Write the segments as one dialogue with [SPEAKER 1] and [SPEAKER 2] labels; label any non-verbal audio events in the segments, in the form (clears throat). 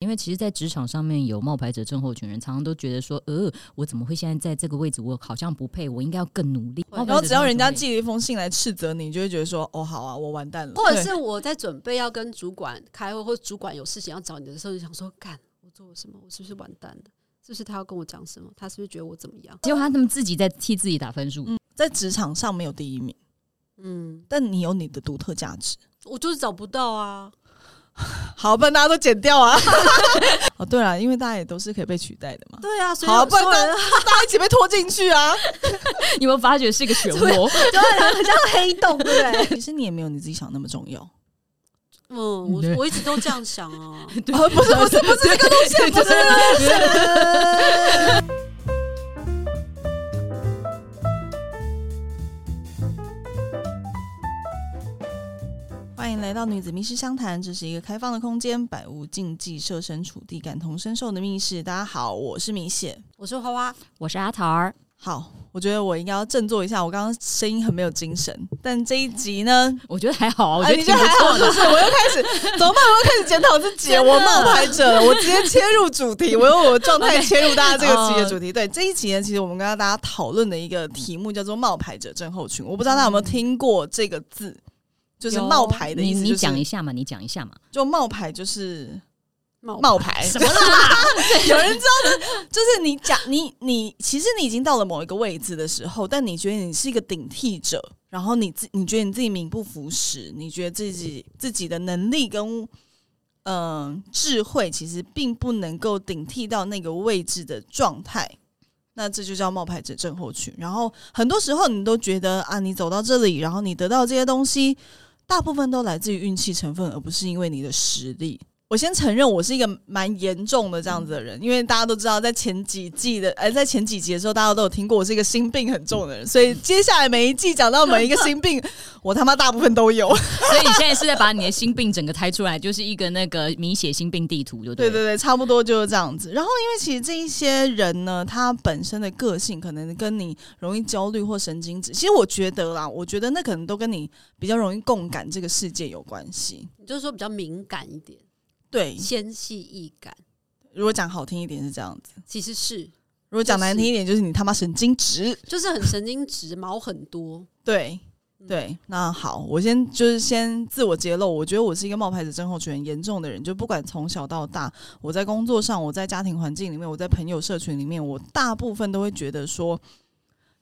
[SPEAKER 1] 因为其实，在职场上面有冒牌者症候群人，常常都觉得说，呃，我怎么会现在在这个位置？我好像不配，我应该要更努力。
[SPEAKER 2] 然后只要人家寄了一封信来斥责你，你就会觉得说，哦，好啊，我完蛋了。
[SPEAKER 3] 或者是我在准备要跟主管开会，或者主管有事情要找你的时候，你想说，干，我做了什么？我是不是完蛋了？是不是他要跟我讲什么？他是不是觉得我怎么样？
[SPEAKER 1] 结果他们自己在替自己打
[SPEAKER 2] (laughs)
[SPEAKER 1] 分数。
[SPEAKER 2] 嗯在职场上没有第一名，
[SPEAKER 3] 嗯，
[SPEAKER 2] 但你有你的独特价值。
[SPEAKER 3] 我就是找不到啊。
[SPEAKER 2] 好，不然大家都剪掉啊。 (laughs) 哦，对了，因为大家也都是可以被取代的嘛。
[SPEAKER 3] 对啊，所以
[SPEAKER 2] 好，不然
[SPEAKER 3] 所有
[SPEAKER 2] 大
[SPEAKER 3] 人
[SPEAKER 2] 家大家一起被拖进去啊。
[SPEAKER 1] 你有没有发觉是一个漩涡？ (laughs)
[SPEAKER 3] 对啊，很像黑洞，对不对？
[SPEAKER 2] (laughs) 其实你也没有你自己想那么重要。
[SPEAKER 3] 嗯，我我一直都这样想啊。
[SPEAKER 2] 哦，不是不是不是这个路线，不是这个路线。欢迎来到女子密室相谈，这是一个开放的空间，百无禁忌，设身处地，感同身受的密室。大家好，我是米雪。
[SPEAKER 3] 我说花花，
[SPEAKER 1] 我是阿桃儿，
[SPEAKER 2] 好，我觉得我应该要振作一下，我刚刚声音很没有精神，但这一集呢，
[SPEAKER 1] 我觉得还好啊，我
[SPEAKER 2] 啊
[SPEAKER 1] 觉得
[SPEAKER 2] 你
[SPEAKER 1] 挺
[SPEAKER 2] 这
[SPEAKER 1] 不
[SPEAKER 2] 还好
[SPEAKER 1] 错
[SPEAKER 2] 是
[SPEAKER 1] 的。
[SPEAKER 2] 不是？我又开
[SPEAKER 1] (laughs)
[SPEAKER 2] 始怎么办？我又开始检讨自己，我冒牌者了。我直接切入主题，我用我的
[SPEAKER 1] (laughs)
[SPEAKER 2] 状态切入大家这个集的
[SPEAKER 1] 哦
[SPEAKER 2] 主题。对这一集呢，其实我们跟大家讨论的一个题目叫做“冒牌者症候群”。我不知道大家有
[SPEAKER 1] 嗯
[SPEAKER 2] 没有听过这个字，就是冒牌的意思、
[SPEAKER 1] 你你
[SPEAKER 2] 就是
[SPEAKER 1] 讲一下嘛，你讲一下嘛。
[SPEAKER 2] 就冒牌就是
[SPEAKER 3] 冒
[SPEAKER 2] 冒牌什么啦？ (laughs) 有人知道的，就是你讲你你其实你已经到了某一个位置的时候，但你觉得你是一个顶替者，然后你自你觉得你自己名不符实，你觉得自己自己的能力跟嗯、呃智慧其实并不能够顶替到那个位置的状态。那这就叫冒牌者症候群。然后很多时候你都觉得啊，你走到这里，然后你得到这些东西，大部分都来自于运气成分，而不是因为你的实力。我先承认，我是一个蛮严重的这样子的人，因为大家都知道，在前几季的，呃，在前几集的时候，大家都有听过我是一个心病很重的人，所以接下来每一季讲到每一个心病，我他妈大部分都有。
[SPEAKER 1] 所以你现在是在把你的心病整个抬出来，就是一个那个米血心病地图，就
[SPEAKER 2] 对
[SPEAKER 1] 对
[SPEAKER 2] 对对，差不多就是这样子。然后，因为其实这一些人呢，他本身的个性可能跟你容易焦虑或神经质。其实我觉得啦，我觉得那可能都跟你比较容易共感这个世界有关系。
[SPEAKER 3] 你就是说比较敏感一点，
[SPEAKER 2] 对，
[SPEAKER 3] 纤细易感，
[SPEAKER 2] 如果讲好听一点是这样子，
[SPEAKER 3] 其实是
[SPEAKER 2] 如果讲难听一点就是你他妈神经质。
[SPEAKER 3] 就是很神经质，毛很多。
[SPEAKER 2] 对
[SPEAKER 3] 嗯
[SPEAKER 2] 对，那好，我先就是先自我揭露，我觉得我是一个冒牌者症候群很严重的人，就不管从小到大，我在工作上，我在家庭环境里面，我在朋友社群里面，我大部分都会觉得说。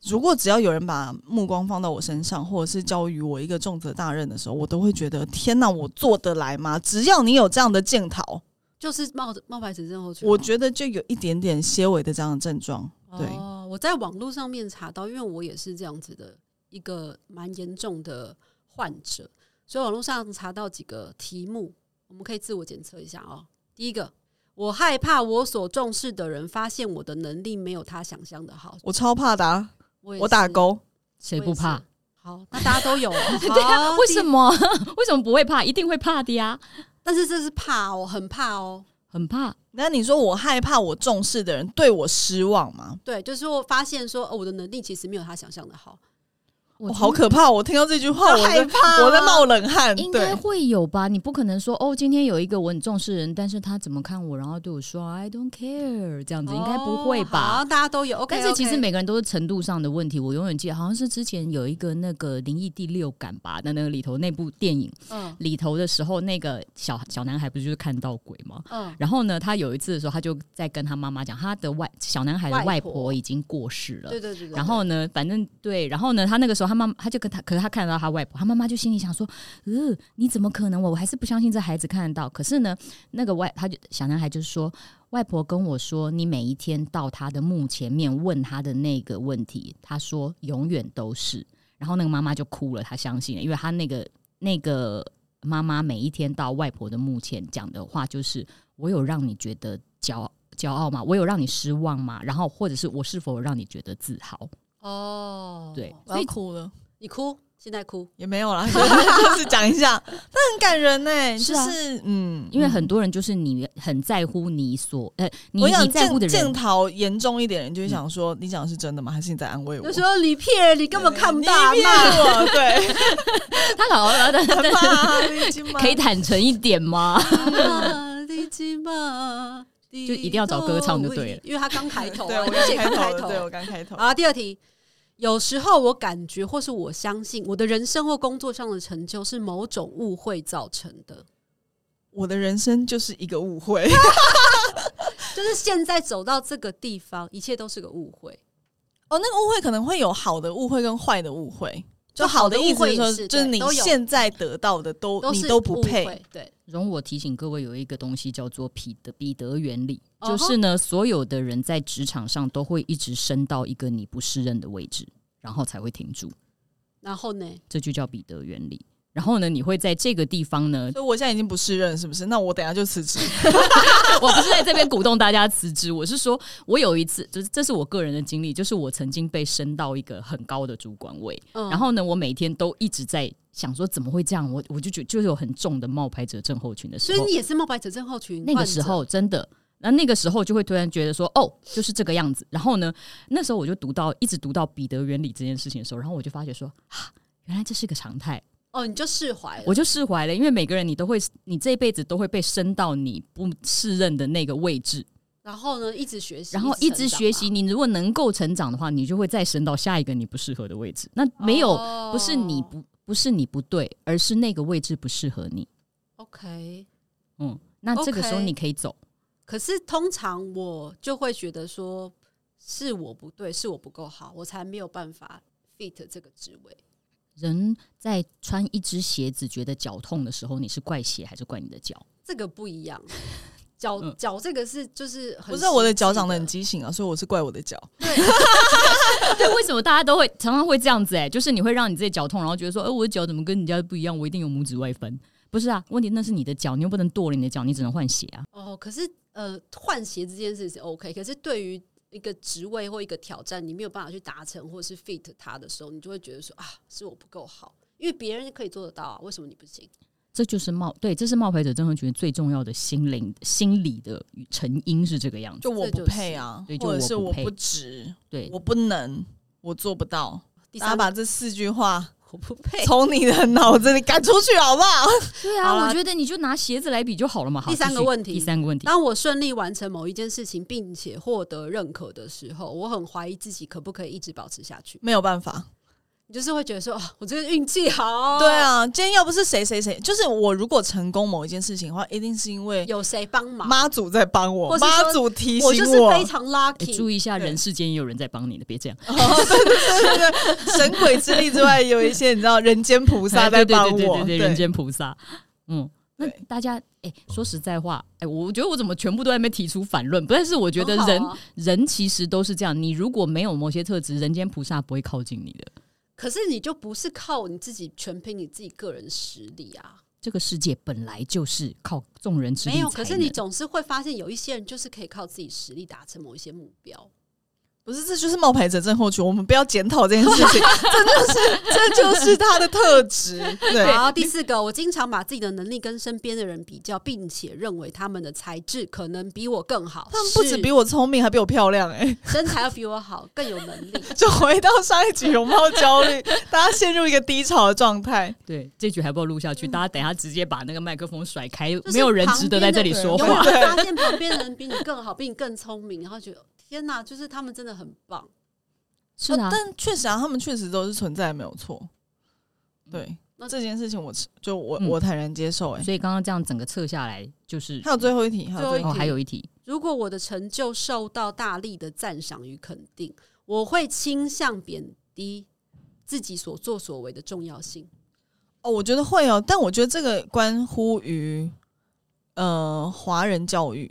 [SPEAKER 2] 如果只要有人把目光放到我身上，或者是交予我一个重责大任的时候，我都会觉得天哪，我做得来吗？只要你有这样的检讨，
[SPEAKER 3] 就是冒着冒牌者症候群吗。
[SPEAKER 2] 我觉得就有一点点些微的这样的症状。对，
[SPEAKER 3] 哦，我在网络上面查到，因为我也是这样子的一个蛮严重的患者，所以网络上查到几个题目，我们可以自我检测一下哦。第一个，我害怕我所重视的人发现我的能力没有他想象的好，
[SPEAKER 2] 我超怕的啊、
[SPEAKER 3] 我也
[SPEAKER 2] 我打
[SPEAKER 3] 是，
[SPEAKER 2] 勾。
[SPEAKER 1] 谁不
[SPEAKER 3] 我也
[SPEAKER 1] 怕
[SPEAKER 3] 是？？好，那大家都有、哦，
[SPEAKER 1] (laughs) 对啊，
[SPEAKER 3] 好
[SPEAKER 1] 为什？么？ (laughs) 为什么不会怕？一定会怕的呀，
[SPEAKER 3] 第但是这是怕哦，很怕哦。
[SPEAKER 1] 很怕。
[SPEAKER 2] 那你说我害怕我重视的人对我失望吗？
[SPEAKER 3] 对，就是我发现说，哦，我的能力其实没有他想象的好。
[SPEAKER 1] 我
[SPEAKER 2] 我好可怕！我听到这句话，我在
[SPEAKER 3] 怕
[SPEAKER 2] 我在冒冷汗。
[SPEAKER 1] 应该
[SPEAKER 2] 对，
[SPEAKER 1] 会有吧？你不可能说哦，今天有一个我很重视的人，但是他怎么看我，然后对我说 I don't care 这样子，应该不会
[SPEAKER 3] 哦
[SPEAKER 1] 吧？
[SPEAKER 3] 好大家都有，OK,
[SPEAKER 1] 但是其实
[SPEAKER 3] OK
[SPEAKER 1] 每个人都是程度上的问题。我永远记得，好像是之前有一个那个《灵异第六感》吧，那那个里头那部电影
[SPEAKER 3] 嗯
[SPEAKER 1] 里头的时候，那个小小男孩不是就是看到鬼吗？
[SPEAKER 3] 嗯
[SPEAKER 1] 然后呢，他有一次的时候，他就在跟他妈妈讲，他的外小男孩的
[SPEAKER 3] 外
[SPEAKER 1] 外
[SPEAKER 3] 婆
[SPEAKER 1] 婆已经过世了
[SPEAKER 3] 对。对对对。
[SPEAKER 1] 呃然后呢，反正对，然后呢，他那个时候他妈妈他就跟他，可是他看得到他外婆，他妈妈就心里想说，呃，你怎么可能我？我还是不相信这孩子看得到。可是呢，那个外他就小男孩就是说，外婆跟我说，你每一天到他的墓前面问他的那个问题，他说永远都是。然后那个妈妈就哭了，她相信了，因为她那个那个妈妈每一天到外婆的墓前讲的话就是：我有让你觉得骄骄傲吗？我有让你失望吗？然后或者是我是否有让你觉得自豪？
[SPEAKER 3] 哦，
[SPEAKER 1] 对
[SPEAKER 2] 我要哭了，
[SPEAKER 3] 你哭，现在哭，
[SPEAKER 2] 也没有啦， (laughs) 就是讲一下，那很感人呢、
[SPEAKER 1] 是
[SPEAKER 2] 就
[SPEAKER 1] 啊
[SPEAKER 2] 是嗯，
[SPEAKER 1] 因为很多人就是你很在乎你所呃你
[SPEAKER 2] 我想
[SPEAKER 1] 你在乎的
[SPEAKER 2] 见见
[SPEAKER 1] 人，
[SPEAKER 2] 讨严重一点的人，就会想说，你讲的是真的吗？还是你在安慰我？
[SPEAKER 3] 就说你骗人，你根本看不到阿
[SPEAKER 2] 你骗
[SPEAKER 3] 嬷
[SPEAKER 2] 我，对，
[SPEAKER 1] 他好像
[SPEAKER 2] 很怕啊你已经骂
[SPEAKER 1] 可以坦诚一点吗？ (laughs)
[SPEAKER 3] 啊。里吉玛，就
[SPEAKER 1] 就一定要找歌唱就对了
[SPEAKER 3] 因为他刚开头、
[SPEAKER 2] (laughs) 对
[SPEAKER 3] 啊，
[SPEAKER 2] 我
[SPEAKER 3] 而
[SPEAKER 2] 刚
[SPEAKER 3] 且
[SPEAKER 2] 开
[SPEAKER 3] 刚开
[SPEAKER 2] 头
[SPEAKER 3] 头
[SPEAKER 2] 了，对我刚开头，
[SPEAKER 3] 好，第二题。有时候我感觉，或是我相信，我的人生或工作上的成就是某种误会造成的。
[SPEAKER 2] 我的人生就是一个误会。
[SPEAKER 3] 就是现在走到这个地方，一切都是个误会。
[SPEAKER 2] 哦，那个误会可能会有好的误会跟坏的误会，就
[SPEAKER 3] 就好
[SPEAKER 2] 好
[SPEAKER 3] 的
[SPEAKER 2] 的意
[SPEAKER 3] 误
[SPEAKER 2] 思
[SPEAKER 3] 会
[SPEAKER 2] 是说，
[SPEAKER 3] 是
[SPEAKER 2] 就是
[SPEAKER 3] 对
[SPEAKER 2] 你
[SPEAKER 3] 都有
[SPEAKER 2] 现在得到的都
[SPEAKER 3] 都
[SPEAKER 2] 你
[SPEAKER 3] 是
[SPEAKER 2] 都不
[SPEAKER 3] 误
[SPEAKER 2] 配。
[SPEAKER 3] 会。对，
[SPEAKER 1] 容我提醒各位，有一个东西叫做彼得彼得原理，
[SPEAKER 3] 哦吼
[SPEAKER 1] 就是呢，所有的人在职场上都会一直升到一个你不适任的位置，然后才会停住，
[SPEAKER 3] 然后呢？
[SPEAKER 1] 这就叫彼得原理。然后呢，你会在这个地方呢，
[SPEAKER 2] 所以我现在已经不适任，是不是？那我等一下就辞职。
[SPEAKER 1] (laughs) 我不是在这边鼓动大家辞职，我是说，我有一次，就是这是我个人的经历，就是我曾经被升到一个很高的主管位，
[SPEAKER 3] 嗯
[SPEAKER 1] 然后呢，我每天都一直在想说怎么会这样，我我就觉就是有很重的冒牌者症候群的时
[SPEAKER 3] 所以
[SPEAKER 1] 候
[SPEAKER 3] 你，也是冒牌者症候群
[SPEAKER 1] 那个时
[SPEAKER 3] 患者
[SPEAKER 1] 候真的。那那个时候就会突然觉得说，哦，就是这个样子。然后呢，那时候我就读到一直读到彼得原理这件事情的时候，然后我就发觉说，啊，原来这是个常态，
[SPEAKER 3] 哦，你就释怀了。
[SPEAKER 1] 我就释怀了。因为每个人你都会，你这辈子都会被升到你不适任的那个位置，
[SPEAKER 3] 然后呢，一直学习，
[SPEAKER 1] 然后一
[SPEAKER 3] 一
[SPEAKER 1] 直
[SPEAKER 3] 成长
[SPEAKER 1] 学习。
[SPEAKER 3] 嘛，
[SPEAKER 1] 你如果能够成长的话，你就会再升到下一个你不适合的位置。那没有，
[SPEAKER 3] 哦
[SPEAKER 1] 不是你不不是你不对，而是那个位置不适合你。
[SPEAKER 3] OK。
[SPEAKER 1] 嗯，那这个时候
[SPEAKER 3] OK
[SPEAKER 1] 你可以走。
[SPEAKER 3] 可是通常我就会觉得说，是我不对，是我不够好，我才没有办法 fit 这个职位。
[SPEAKER 1] 人在穿一只鞋子觉得脚痛的时候，你是怪鞋还是怪你的脚？ (laughs)
[SPEAKER 3] 这个不一样， (laughs) 脚
[SPEAKER 1] 嗯
[SPEAKER 3] 脚这个是就是很
[SPEAKER 2] 不是我的脚
[SPEAKER 3] 实际
[SPEAKER 2] 长得很畸形啊，所以我是怪我的脚。
[SPEAKER 1] 对，为什么大家都会常常会这样子、欸？哎，就是你会让你自己脚痛，然后觉得说，哎、我的脚怎么跟人家不一样？我一定有拇指外翻。不是啊，问题那是你的脚，你又不能剁了你的脚，你只能换鞋啊。
[SPEAKER 3] 哦。可是呃，换鞋这件事是 OK，可是对于一个职位或一个挑战，你没有办法去达成或是 fit 它的时候，你就会觉得说啊，是我不够好，因为别人可以做得到啊，为什么你不行？
[SPEAKER 1] 这就是冒对，这是冒牌者症候群最重要的心灵心理的成因是这个样子。
[SPEAKER 2] 就我
[SPEAKER 3] 这
[SPEAKER 2] 不
[SPEAKER 3] 就是
[SPEAKER 2] 配啊，
[SPEAKER 1] 对就
[SPEAKER 2] 或者
[SPEAKER 1] 我
[SPEAKER 2] 是
[SPEAKER 1] 不
[SPEAKER 2] 我
[SPEAKER 1] 配
[SPEAKER 2] 不值，
[SPEAKER 1] 对，
[SPEAKER 2] 我不能，我做不到。
[SPEAKER 3] 第
[SPEAKER 2] 大家
[SPEAKER 3] 三，哎
[SPEAKER 2] 把这四句话
[SPEAKER 3] 我不配。
[SPEAKER 2] 从你的脑子里赶出去，好不好？
[SPEAKER 1] (laughs)
[SPEAKER 2] (laughs)
[SPEAKER 1] 对
[SPEAKER 3] 好啦
[SPEAKER 1] 啊，我觉得你就拿鞋子来比就好了嘛。好
[SPEAKER 3] 第三个
[SPEAKER 1] 继续
[SPEAKER 3] 问题
[SPEAKER 1] 第三个问题，
[SPEAKER 3] 当我顺利完成某一件事情，并且获得认可的时候，我很怀疑自己可不可以一直保持下去。
[SPEAKER 2] 没有办法。
[SPEAKER 3] 你就是会觉得说，哦，我这个运
[SPEAKER 1] (laughs)
[SPEAKER 3] 气好，
[SPEAKER 2] 对，啊，今天要不是谁谁谁，就是我如果成功某一件事情的话，一定是因为
[SPEAKER 3] 有谁帮忙？
[SPEAKER 2] 妈祖在帮我，
[SPEAKER 3] 或是说
[SPEAKER 2] 妈祖提醒
[SPEAKER 3] 我就是非常
[SPEAKER 1] 哎
[SPEAKER 3] lucky，、
[SPEAKER 1] 注意一下，
[SPEAKER 2] 对
[SPEAKER 1] 人世间也有人在帮你的，别这样。
[SPEAKER 2] 哦 (laughs) 对对对对对，神鬼之力之外，有一些你知道人间菩萨在
[SPEAKER 1] 哎对对
[SPEAKER 2] 帮
[SPEAKER 1] 对
[SPEAKER 2] 我，
[SPEAKER 1] 对对，人间菩萨。嗯，那
[SPEAKER 2] 对
[SPEAKER 1] 大家哎，说实在话，哎，我觉得我怎么全部都在那边提出反论？但是我觉得
[SPEAKER 3] 很好
[SPEAKER 1] 人
[SPEAKER 3] 啊
[SPEAKER 1] 人其实都是这样，你如果没有某些特质，人间菩萨不会靠近你的。
[SPEAKER 3] 可是你就不是靠你自己，全凭你自己个人实力啊。
[SPEAKER 1] 这个世界本来就是靠众人之力
[SPEAKER 3] 没
[SPEAKER 1] 才
[SPEAKER 3] 有，
[SPEAKER 1] 能。
[SPEAKER 3] 可是你总是会发现有一些人就是可以靠自己实力达成某一些目标。
[SPEAKER 2] 不是，这就是冒牌者症候群，我们不要检讨这件事情，这就是这就是他的特质。对，
[SPEAKER 3] 好，第四个，我经常把自己的能力跟身边的人比较，并且认为他们的才智可能比我更好，
[SPEAKER 2] 他们不
[SPEAKER 3] 是
[SPEAKER 2] 止比我聪明，还比我漂亮、
[SPEAKER 3] (laughs)
[SPEAKER 2] 哎，
[SPEAKER 3] 身材要比我好，更有 (laughs) 能力。
[SPEAKER 2] 就回到上一集容貌焦虑，大家陷入一个低潮的状态。
[SPEAKER 1] 对，这局还不要录下去，大家等一下直接把那个麦克风甩开，
[SPEAKER 3] 嗯是
[SPEAKER 1] 没有人值得在这里说
[SPEAKER 3] 有
[SPEAKER 1] 话
[SPEAKER 3] 没。有
[SPEAKER 2] 对
[SPEAKER 3] 发现旁边的人比你更好，比你更聪明，然后觉得天哪，就是他们真的很棒。
[SPEAKER 1] 是
[SPEAKER 3] 哦
[SPEAKER 2] 呃但确实啊，他们确实都是存在，没有错。对，
[SPEAKER 3] 那
[SPEAKER 2] 这件事情我是就我、
[SPEAKER 1] 嗯
[SPEAKER 2] 我坦然接受、哎，
[SPEAKER 1] 所以刚刚这样整个测下来，就是
[SPEAKER 2] 还有最后一题，还有最
[SPEAKER 3] 最
[SPEAKER 1] 哦，
[SPEAKER 3] 后
[SPEAKER 2] 后
[SPEAKER 3] 一题
[SPEAKER 1] 还有一题，
[SPEAKER 3] 如果我的成就受到大力的赞赏与肯定，我会倾向贬低自己所作所为的重要性。
[SPEAKER 2] 哦，我觉得会哦，但我觉得这个关乎于呃华人教育。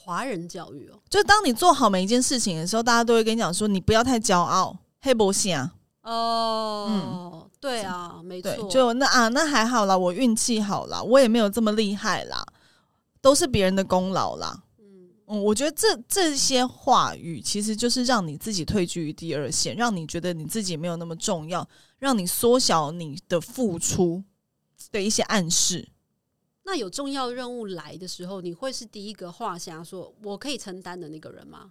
[SPEAKER 3] 华人教育哦，
[SPEAKER 2] 就当你做好每一件事情的时候，大家都会跟你讲说，你不要太骄傲，黑不信啊，
[SPEAKER 3] 哦，对啊，没
[SPEAKER 2] 对
[SPEAKER 3] 错，，
[SPEAKER 2] 就那啊，那还好啦，我运气好啦，我也没有这么厉害啦，都是别人的功劳啦。
[SPEAKER 3] 嗯，
[SPEAKER 2] 嗯，我觉得这这些话语其实就是让你自己退居于第二线，让你觉得你自己没有那么重要，让你缩小你的付
[SPEAKER 3] 嗯
[SPEAKER 2] 出的一些暗示。
[SPEAKER 3] 那有重要任务来的时候，你会是第一个画下说我可以承担的那个人吗？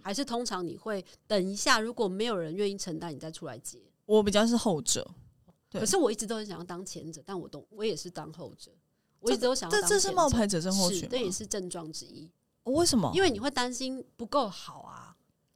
[SPEAKER 3] 还是通常你会等一下，如果没有人愿意承担，你再出来接？
[SPEAKER 2] 我比较是后者，对
[SPEAKER 3] 可是我一直都很想要当前者，但我懂，我也是当后者。我一直都想要
[SPEAKER 2] 这
[SPEAKER 3] 当
[SPEAKER 2] 这是
[SPEAKER 3] 前
[SPEAKER 2] 冒
[SPEAKER 3] 者
[SPEAKER 2] 牌者症候
[SPEAKER 3] 是
[SPEAKER 2] 群
[SPEAKER 3] 这也
[SPEAKER 2] 吗
[SPEAKER 3] 是症状之一，
[SPEAKER 2] 哦为什么？
[SPEAKER 3] 因为你会担心不够好啊，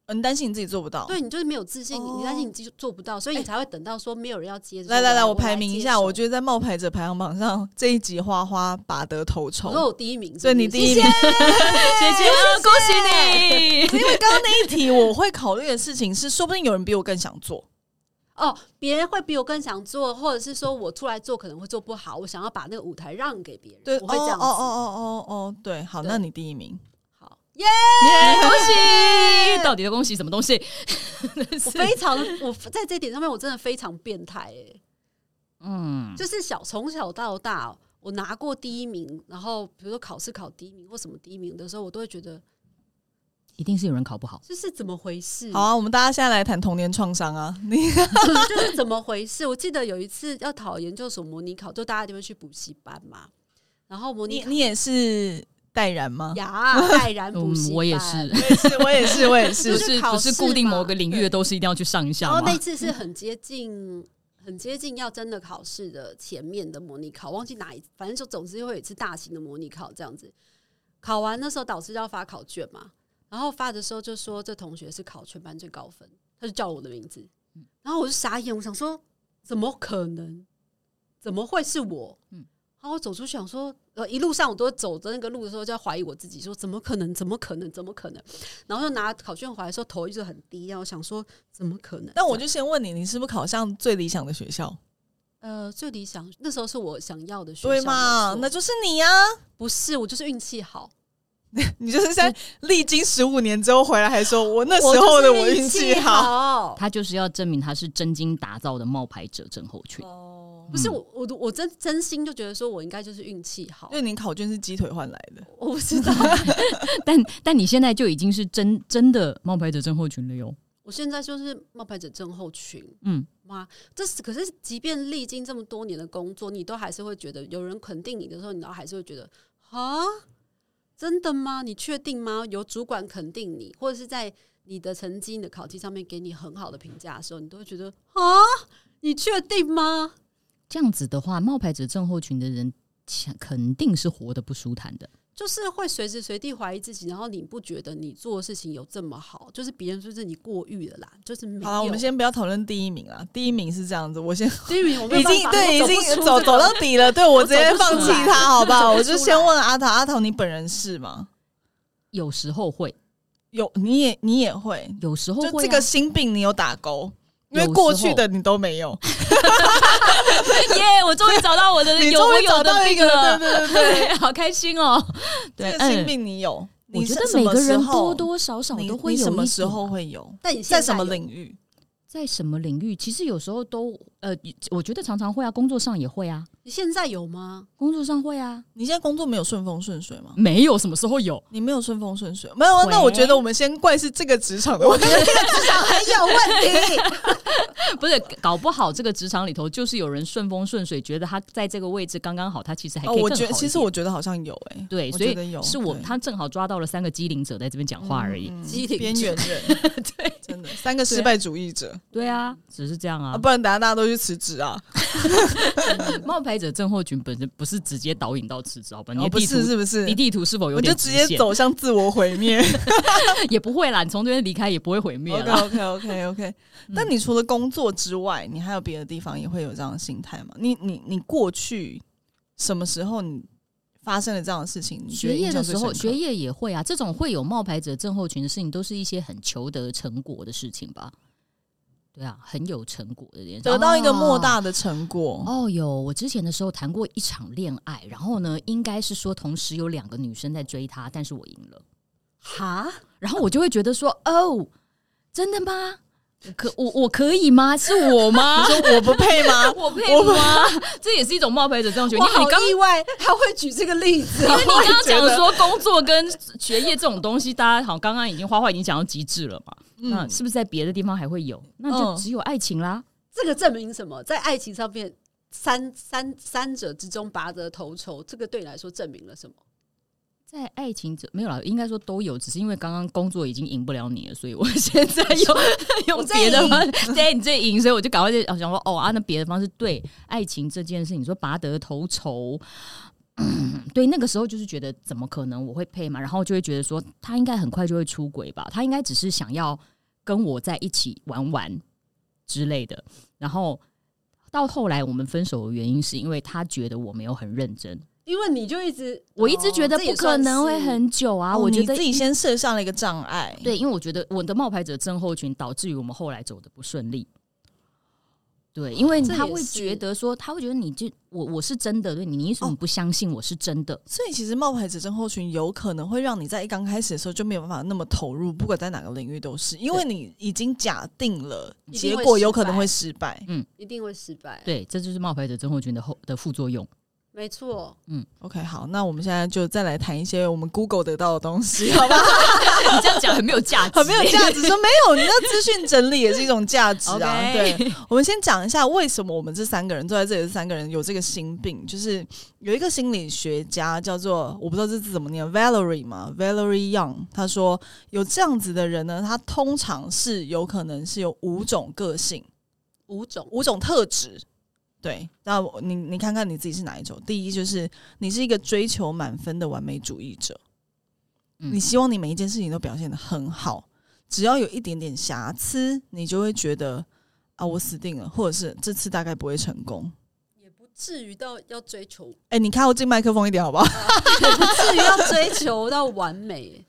[SPEAKER 2] 为你担心你自己做不到。
[SPEAKER 3] 对你就是没有自信，你担心
[SPEAKER 2] 哦
[SPEAKER 3] 你自己做不到，所以你才会等到说没有人要接受。
[SPEAKER 2] 来来来，
[SPEAKER 3] 我
[SPEAKER 2] 我排名一下，我觉
[SPEAKER 3] 得
[SPEAKER 2] 得在冒牌者排行榜上这一集花花拔得头筹
[SPEAKER 3] 我，说我第一名，
[SPEAKER 2] 所以你第一名。
[SPEAKER 1] 姐姐，恭哦喜你！
[SPEAKER 2] 因为刚刚那一题我会考虑的事情是，说不定有人比我更想做。
[SPEAKER 3] 哦，别人会比我更想做，或者是说我出来做可能会做不好，我想要把那个舞台让给别人，
[SPEAKER 2] 对，
[SPEAKER 3] 我会这样
[SPEAKER 2] 哦
[SPEAKER 3] 子。
[SPEAKER 2] 哦哦哦哦，对，好，
[SPEAKER 3] 对
[SPEAKER 2] 那你第一名。
[SPEAKER 3] 好，耶、
[SPEAKER 1] 耶恭喜！到底在恭喜什么东西？
[SPEAKER 2] (laughs)
[SPEAKER 3] 我非常，我在这点上面我真的非常变态哎、
[SPEAKER 1] (laughs) 嗯，
[SPEAKER 3] 就是小从小到大，哦我拿过第一名，然后比如说考试考第一名或什么第一名的时候，我都会觉得
[SPEAKER 1] 一定是有人考不好。
[SPEAKER 3] 这是怎么回事？
[SPEAKER 2] 好啊，我们大家现在来谈童年创伤啊。 (laughs)
[SPEAKER 3] (laughs)
[SPEAKER 2] 你
[SPEAKER 3] 就是怎么回事？我记得有一次要考研究所模拟考，就大家都会去补习班嘛，然后模拟
[SPEAKER 2] 你
[SPEAKER 3] 考
[SPEAKER 2] 你也是代然 (laughs) 吗？
[SPEAKER 3] 呀，泰然补习
[SPEAKER 1] 嗯，
[SPEAKER 3] 班、
[SPEAKER 1] 我也是，
[SPEAKER 2] 我也是，我也是，我也是 (laughs)
[SPEAKER 1] 不
[SPEAKER 3] 就是
[SPEAKER 1] 是
[SPEAKER 3] 考
[SPEAKER 1] 不
[SPEAKER 3] 试
[SPEAKER 1] 是固定
[SPEAKER 3] 嘛
[SPEAKER 1] 某个领域的都是一定要去上一下
[SPEAKER 3] 然后
[SPEAKER 1] 吗
[SPEAKER 3] 哦那？次是很接近，很接近要真的考试的前面的模拟考，忘记哪一，反正就总之会有一次大型的模拟考这样子。考完那时候导师就要发考卷嘛，然后发的时候就说这同学是考全班最高分，他就叫我的名字，然后我就傻眼，我想说怎么可能？怎么会是我？
[SPEAKER 1] 嗯
[SPEAKER 3] 然后我走出去想说，呃，一路上我都走的那个路的时候，就在怀疑我自己，说怎么可能？怎么可能？怎么可能？然后就拿考卷回来的时候，头一直很低，然后我想说怎么可能？
[SPEAKER 2] 但我就先问你，你是不是考上最理想的学校？
[SPEAKER 3] 呃，最理想那时候是我想要的学校，
[SPEAKER 2] 对嘛
[SPEAKER 3] 没，错
[SPEAKER 2] 那就是你呀、啊！ (laughs)
[SPEAKER 3] 不是我就是运气好，
[SPEAKER 2] 你就是在历经十五年之后回来，还说我那时
[SPEAKER 3] 就
[SPEAKER 2] 候
[SPEAKER 3] 是
[SPEAKER 2] 的我
[SPEAKER 3] 运
[SPEAKER 2] 运气好。
[SPEAKER 3] 好。
[SPEAKER 1] 他就是要证明他是真金打造的冒牌者症候群。
[SPEAKER 2] 哦
[SPEAKER 3] 不是我，我我真真心就觉得说我应该就是运气好
[SPEAKER 2] 因，为你考卷是鸡腿换来的，
[SPEAKER 3] 我不
[SPEAKER 2] (laughs)
[SPEAKER 3] 知道，
[SPEAKER 1] 但但你现在就已经是真真的冒牌者症候群了哟。
[SPEAKER 3] 我现在就是冒牌者症候群
[SPEAKER 1] 嗯，
[SPEAKER 3] 妈，这是可是即便历经这么多年的工作，你都还是会觉得有人肯定你的时候，你都还是会觉得啊，真的吗？你确定吗？有主管肯定你，或者是在你的成绩、你的考绩上面给你很好的评价的时候，你都会觉得啊，你确定吗？
[SPEAKER 1] 这样子的话，冒牌者症候群的人强肯定是活得不舒坦的。
[SPEAKER 3] 就是会随时随地怀疑自己，然后你不觉得你做的事情有这么好，就是别人说是你过誉了啦，就是没有。
[SPEAKER 2] 好了，我们先不要讨论第一名啦。第一名是这样子，我先
[SPEAKER 3] 对于我没
[SPEAKER 2] 已
[SPEAKER 3] 有办
[SPEAKER 2] 经
[SPEAKER 3] 法
[SPEAKER 2] 对已
[SPEAKER 3] 我不
[SPEAKER 2] 经
[SPEAKER 3] 出
[SPEAKER 2] 走
[SPEAKER 3] 这
[SPEAKER 2] 走
[SPEAKER 3] 个
[SPEAKER 2] 到底了，对我直接
[SPEAKER 3] 走不出
[SPEAKER 2] 放弃
[SPEAKER 3] 来
[SPEAKER 2] 他，好不
[SPEAKER 1] (laughs)
[SPEAKER 2] 好？
[SPEAKER 3] 走不
[SPEAKER 2] 我就
[SPEAKER 3] 出
[SPEAKER 2] 先
[SPEAKER 3] 来
[SPEAKER 2] 问阿桃，阿桃你本人是吗？
[SPEAKER 1] 有时候会，
[SPEAKER 2] 有，你也你也会，
[SPEAKER 1] 有时候
[SPEAKER 2] 就
[SPEAKER 1] 会、啊、
[SPEAKER 2] 这个心病你有打勾，因
[SPEAKER 1] 有
[SPEAKER 2] 为
[SPEAKER 1] 时
[SPEAKER 2] 过去
[SPEAKER 1] 候
[SPEAKER 2] 的你都没有，
[SPEAKER 1] (laughs) 耶我终于找到我的
[SPEAKER 2] (laughs) 你
[SPEAKER 1] 呃有
[SPEAKER 2] 终
[SPEAKER 1] 我
[SPEAKER 2] 于找
[SPEAKER 1] 有
[SPEAKER 2] 到
[SPEAKER 1] 的
[SPEAKER 2] 一
[SPEAKER 1] 病
[SPEAKER 2] 个，对
[SPEAKER 1] 了，
[SPEAKER 2] 对对对，
[SPEAKER 1] 好开心哦。 (laughs) 对，
[SPEAKER 2] 这个心
[SPEAKER 1] 嗯，
[SPEAKER 2] 病你有，
[SPEAKER 1] 我
[SPEAKER 2] 你
[SPEAKER 1] 觉
[SPEAKER 2] 是
[SPEAKER 1] 得
[SPEAKER 2] 什
[SPEAKER 1] 每
[SPEAKER 2] 么
[SPEAKER 1] 个
[SPEAKER 2] 时
[SPEAKER 1] 人多
[SPEAKER 2] 候
[SPEAKER 1] 多少少
[SPEAKER 2] 你
[SPEAKER 1] 都会有
[SPEAKER 2] 你
[SPEAKER 1] 一
[SPEAKER 2] 什么
[SPEAKER 1] 点
[SPEAKER 2] 时候会有？
[SPEAKER 3] 但你
[SPEAKER 2] 在
[SPEAKER 3] 现
[SPEAKER 2] 什么
[SPEAKER 3] 有
[SPEAKER 2] 领域？
[SPEAKER 1] 在什么领域？其实有时候都呃，我觉得常常会啊，工作上也会啊，
[SPEAKER 3] 你现在有吗？ (laughs)
[SPEAKER 1] 工作上会啊，
[SPEAKER 2] 你现在工作没有顺风顺水吗？
[SPEAKER 1] 没有什么时候有。
[SPEAKER 2] 你没有顺风顺水，没有啊？那
[SPEAKER 1] 喂
[SPEAKER 2] 我觉得我们先怪是这个职场的问
[SPEAKER 1] (laughs)
[SPEAKER 2] 题，
[SPEAKER 3] 很有问题。
[SPEAKER 1] (laughs) 不是，搞不好这个职场里头就是有人顺风顺水，觉得他在这个位置刚刚好，他其实还可以
[SPEAKER 2] 哦，
[SPEAKER 1] 更好
[SPEAKER 2] 我
[SPEAKER 1] 一
[SPEAKER 2] 觉
[SPEAKER 1] 点、
[SPEAKER 2] 得其实我觉得好像有诶、
[SPEAKER 1] 对，
[SPEAKER 2] 我
[SPEAKER 1] 所
[SPEAKER 2] 觉得有
[SPEAKER 1] 以是我
[SPEAKER 2] 对
[SPEAKER 1] 他正好抓到了三个机灵者在这边讲话而已。
[SPEAKER 2] 嗯嗯
[SPEAKER 3] 机灵者
[SPEAKER 2] 边缘人，
[SPEAKER 1] (laughs)
[SPEAKER 2] 对，真的三个失败主义者
[SPEAKER 1] 对啊，只是这样啊
[SPEAKER 2] 啊，。不然等下大家都去辞职啊，
[SPEAKER 1] (laughs) 冒牌者症候群本身不是直接导引到辞职，好吧？你
[SPEAKER 2] 哦
[SPEAKER 1] 的
[SPEAKER 2] 不
[SPEAKER 1] 地图、
[SPEAKER 2] 是是不是
[SPEAKER 1] 你？地图是否有
[SPEAKER 2] 我就
[SPEAKER 1] 点
[SPEAKER 2] 直
[SPEAKER 1] 极
[SPEAKER 2] 接
[SPEAKER 1] 限？
[SPEAKER 2] 走向自我
[SPEAKER 1] (laughs)
[SPEAKER 2] 毁灭。
[SPEAKER 1] 也不会啦，你从这边离开也不会毁灭
[SPEAKER 2] OK
[SPEAKER 1] 啦。
[SPEAKER 2] OK OK OK
[SPEAKER 1] 嗯。
[SPEAKER 2] 但你除了工作之外，你还有别的地方也会有这样的心态吗？你你你过去什么时候你发生了这样的事情？你觉得
[SPEAKER 1] 嗯学业
[SPEAKER 2] 印
[SPEAKER 1] 的
[SPEAKER 2] 象最
[SPEAKER 1] 时候，
[SPEAKER 2] 深刻
[SPEAKER 1] 学业也会啊。这种会有冒牌者症候群的事情，都是一些很求得成果的事情吧？对啊，很有成果的人，
[SPEAKER 2] 得到一个莫
[SPEAKER 1] 哦
[SPEAKER 2] 大的成果，
[SPEAKER 1] 哦，有我之前的时候谈过一场恋爱，然后呢，应该是说同时有两个女生在追他，但是我赢了，
[SPEAKER 3] 哈，
[SPEAKER 1] 然后我就会觉得说，哦，真的吗？我可我我可以吗？是我吗？？
[SPEAKER 2] 你说我不配吗
[SPEAKER 1] (laughs) 我配吗？ (laughs) 这也是一种冒牌者症候群。
[SPEAKER 3] 我
[SPEAKER 1] 因为你
[SPEAKER 3] 好
[SPEAKER 1] 刚
[SPEAKER 3] 意外， (laughs) 他会举这个例子 (laughs)
[SPEAKER 1] 因。为你刚刚
[SPEAKER 2] 觉得
[SPEAKER 1] 讲说工作跟学业这种东西，大家好像刚刚已经花花已经讲到极致了嘛，那
[SPEAKER 2] (laughs) 嗯，
[SPEAKER 1] 是不是在别的地方还会有？那
[SPEAKER 2] 嗯
[SPEAKER 1] 就只有爱情啦。
[SPEAKER 3] 这个证明什么？在爱情上面，三三三者之中拔得头筹，这个对你来说证明了什么？
[SPEAKER 1] 在爱情这没有啦，应该说都有，只是因为刚刚工作已经赢不了你了，所以我现在 (laughs) 用用别的方式， (laughs) 对你最赢，所以我就赶快就想说，哦啊，那别的方式对爱情这件事情，你说拔得头筹， (clears throat) 对，那个时候就是觉得怎么可能我会配嘛，然后就会觉得说他应该很快就会出轨吧，他应该只是想要跟我在一起玩玩之类的。然后到后来我们分手的原因是因为他觉得我没有很认真，
[SPEAKER 3] 因为你就一直，
[SPEAKER 1] 我一直觉得
[SPEAKER 3] 哦这也
[SPEAKER 1] 不可能
[SPEAKER 3] 算
[SPEAKER 1] 会
[SPEAKER 3] 是
[SPEAKER 1] 很久啊，我
[SPEAKER 2] 哦
[SPEAKER 1] 觉
[SPEAKER 2] 你
[SPEAKER 1] 得
[SPEAKER 2] 自己先设上了一个障碍，
[SPEAKER 1] 对，因为我觉得我的冒牌者症候群导致于我们后来走的不顺利。对，因为
[SPEAKER 3] 这
[SPEAKER 1] 他
[SPEAKER 3] 也
[SPEAKER 1] 会
[SPEAKER 3] 是
[SPEAKER 1] 觉得说，他会觉得你就我我是真的对你，你为什么
[SPEAKER 2] 哦
[SPEAKER 1] 不相信我是真的？
[SPEAKER 2] 所以其实冒牌者症候群有可能会让你在一刚开始的时候就没有办法那么投入，不管在哪个领域都是，因为你已经假定了
[SPEAKER 3] 一定
[SPEAKER 2] 结
[SPEAKER 3] 会
[SPEAKER 2] 果有可能会失败。
[SPEAKER 3] 一定会失败。，
[SPEAKER 1] 对，这就是冒牌者症候群的后的副作用。 (laughs)
[SPEAKER 3] 没错，
[SPEAKER 2] OK，好，那我们现在就再来谈一些我们 Google 得到的东 (laughs) 西，好吧？
[SPEAKER 1] 你这样讲很没有价值，
[SPEAKER 2] 很没有价值，说没有，你那资讯整理也是一种价 (laughs) 值啊。
[SPEAKER 1] OK
[SPEAKER 2] 对，我们先讲一下为什么我们这三个人坐在这里，这三个人有这个心病，就是有一个心理学家叫做我不知道这字怎么念，Valerie 嘛，Valerie Young，他说有这样子的人呢，他通常是有可能是有五种个性。
[SPEAKER 3] 五种
[SPEAKER 2] 五种特质。对，那我你你看看你自己是哪一种？第一就是你是一个追求满分的完美主义者，
[SPEAKER 1] 嗯
[SPEAKER 2] 你希望你每一件事情都表现的很好，只要有一点点瑕疵，你就会觉得啊我死定了，或者是这次大概不会成功。
[SPEAKER 3] 也不至于到要追求，
[SPEAKER 2] 哎、你靠近麦克风一点好
[SPEAKER 1] (laughs)
[SPEAKER 2] 不好？
[SPEAKER 3] 也不至于要追求到完美，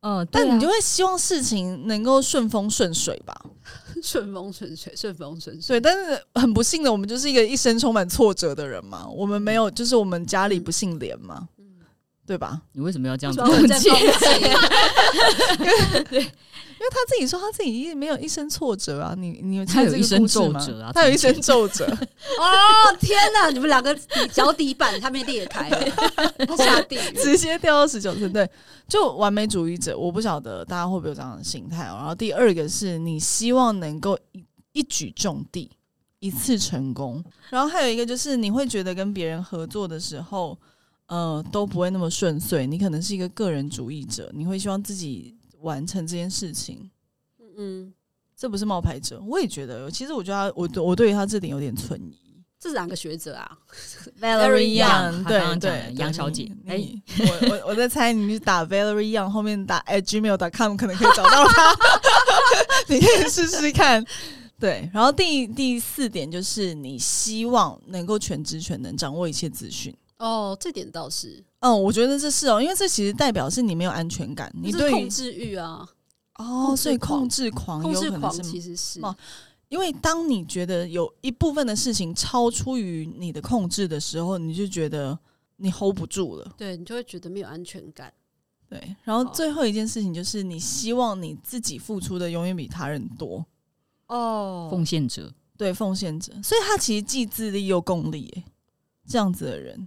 [SPEAKER 1] 嗯，对
[SPEAKER 2] 但
[SPEAKER 1] 啊
[SPEAKER 2] 你就会希望事情能够顺风顺水吧？
[SPEAKER 3] 顺风顺水，顺风顺水。
[SPEAKER 2] 对，但是很不幸的，我们就是一个一生充满挫折的人嘛。我们
[SPEAKER 1] 嗯
[SPEAKER 2] 没有，就是我们家里不姓连嘛，
[SPEAKER 3] 嗯，
[SPEAKER 2] 对吧？
[SPEAKER 1] 你为什么要这样子
[SPEAKER 3] 为什么我在
[SPEAKER 1] 攻击 (laughs)
[SPEAKER 2] 他自己说他自己一没有一身挫折啊，你你有记
[SPEAKER 1] 他
[SPEAKER 2] 得
[SPEAKER 1] 有
[SPEAKER 2] 这
[SPEAKER 1] 一
[SPEAKER 2] 个
[SPEAKER 1] 身
[SPEAKER 2] 故事
[SPEAKER 1] 皱
[SPEAKER 2] 吗
[SPEAKER 1] 褶啊
[SPEAKER 2] 他有一
[SPEAKER 1] 从前
[SPEAKER 2] 身皱褶，
[SPEAKER 3] 哦天哪！你们两个底脚底板他们裂开
[SPEAKER 1] (laughs)
[SPEAKER 3] 了，下地狱。
[SPEAKER 2] (laughs) 直接掉到十九层。对，就完美主义者，我不晓得大家会不会有这样的心态、哦。然后第二个是你希望能够一一举中地，一次成功。然后还有一个就是你会觉得跟别人合作的时候，呃，都不会那么顺遂。你可能是一个个人主义者，你会希望自己完成这件事情。
[SPEAKER 3] 嗯，
[SPEAKER 2] 这不是冒牌者，我也觉得。其实我觉得他，我对我对于他这点有点存疑。
[SPEAKER 3] 这两个学者啊，
[SPEAKER 1] (laughs)
[SPEAKER 2] Valerie
[SPEAKER 1] Young，她
[SPEAKER 2] Young，对
[SPEAKER 1] 刚刚讲的
[SPEAKER 2] 对，
[SPEAKER 1] 杨小姐
[SPEAKER 2] 哎，你我我我在猜，你去打 Valerie Young 后面打 at gmail.com 可能可以找到她， (laughs) 你可以试试看。对，然后第第四点就是你希望能够全知全能，掌握一切资讯。
[SPEAKER 3] 哦，这点倒是，
[SPEAKER 2] 嗯，我觉得这是哦，因为这其实代表是你没有安全感，你
[SPEAKER 3] 就是
[SPEAKER 2] 对
[SPEAKER 3] 控
[SPEAKER 2] 于
[SPEAKER 3] 制欲啊，
[SPEAKER 2] 哦，所以控制狂
[SPEAKER 3] 控
[SPEAKER 2] 有
[SPEAKER 3] 制
[SPEAKER 2] 可能
[SPEAKER 3] 狂
[SPEAKER 2] 是
[SPEAKER 3] 其实是
[SPEAKER 2] 哦因为当你觉得有一部分的事情超出于你的控制的时候，你就觉得你 hold 不住了。
[SPEAKER 3] 对你就会觉得没有安全感。
[SPEAKER 2] 对，然后
[SPEAKER 3] 好
[SPEAKER 2] 最后一件事情就是，你希望你自己付出的永远比他人多，
[SPEAKER 3] 哦，
[SPEAKER 1] 奉献者？
[SPEAKER 2] 对，奉献者。所以他其实既自利又共利，欸这样子的人，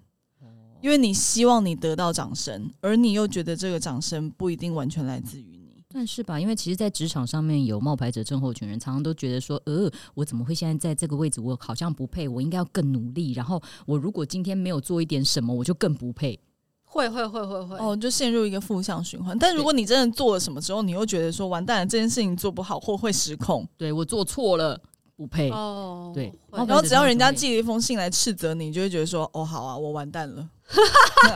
[SPEAKER 2] 因为你希望你得到掌声，而你又觉得这个掌声不一定完全来自于你。
[SPEAKER 1] 算是吧，因为其实，在职场上面有冒牌者症候群人，常常都觉得说，呃，我怎么会现在在这个位置？我好像不配，我应该要更努力。然后，我如果今天没有做一点什么，我就更不配。
[SPEAKER 3] 会会会会会，
[SPEAKER 2] 哦，就陷入一个负向循环。但如果你真的做了什么之后，你又觉得说完蛋了，这件事情做不好或会失控，
[SPEAKER 1] 对我做错了，不配。
[SPEAKER 3] 哦，
[SPEAKER 1] 对
[SPEAKER 3] 会
[SPEAKER 1] 然
[SPEAKER 2] 然后只要人家
[SPEAKER 1] 对对对
[SPEAKER 2] 寄了一封信来斥责你，你就会觉得说哦，好啊，我完蛋了， (laughs)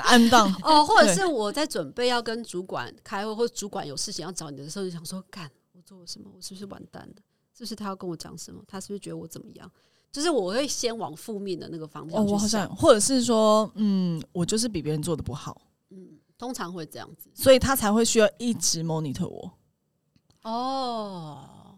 [SPEAKER 2] 安当。
[SPEAKER 3] 哦，或者
[SPEAKER 2] 对
[SPEAKER 3] 是我在准备要跟主管开会，或者主管有事情要找你的时候，就想说，干，我做了什么？我是不是完蛋了？是不是他要跟我讲什么？他是不是觉得我怎么样？就是我会先往负面的那个方
[SPEAKER 2] 哦，
[SPEAKER 3] 向
[SPEAKER 2] 我好
[SPEAKER 3] 去
[SPEAKER 2] 像
[SPEAKER 3] 想，，
[SPEAKER 2] 或者是说，嗯，我就是比别人做的不好，
[SPEAKER 3] 嗯，通常会这样子。
[SPEAKER 2] 所以他才会需要一直 monitor 我。
[SPEAKER 3] 哦，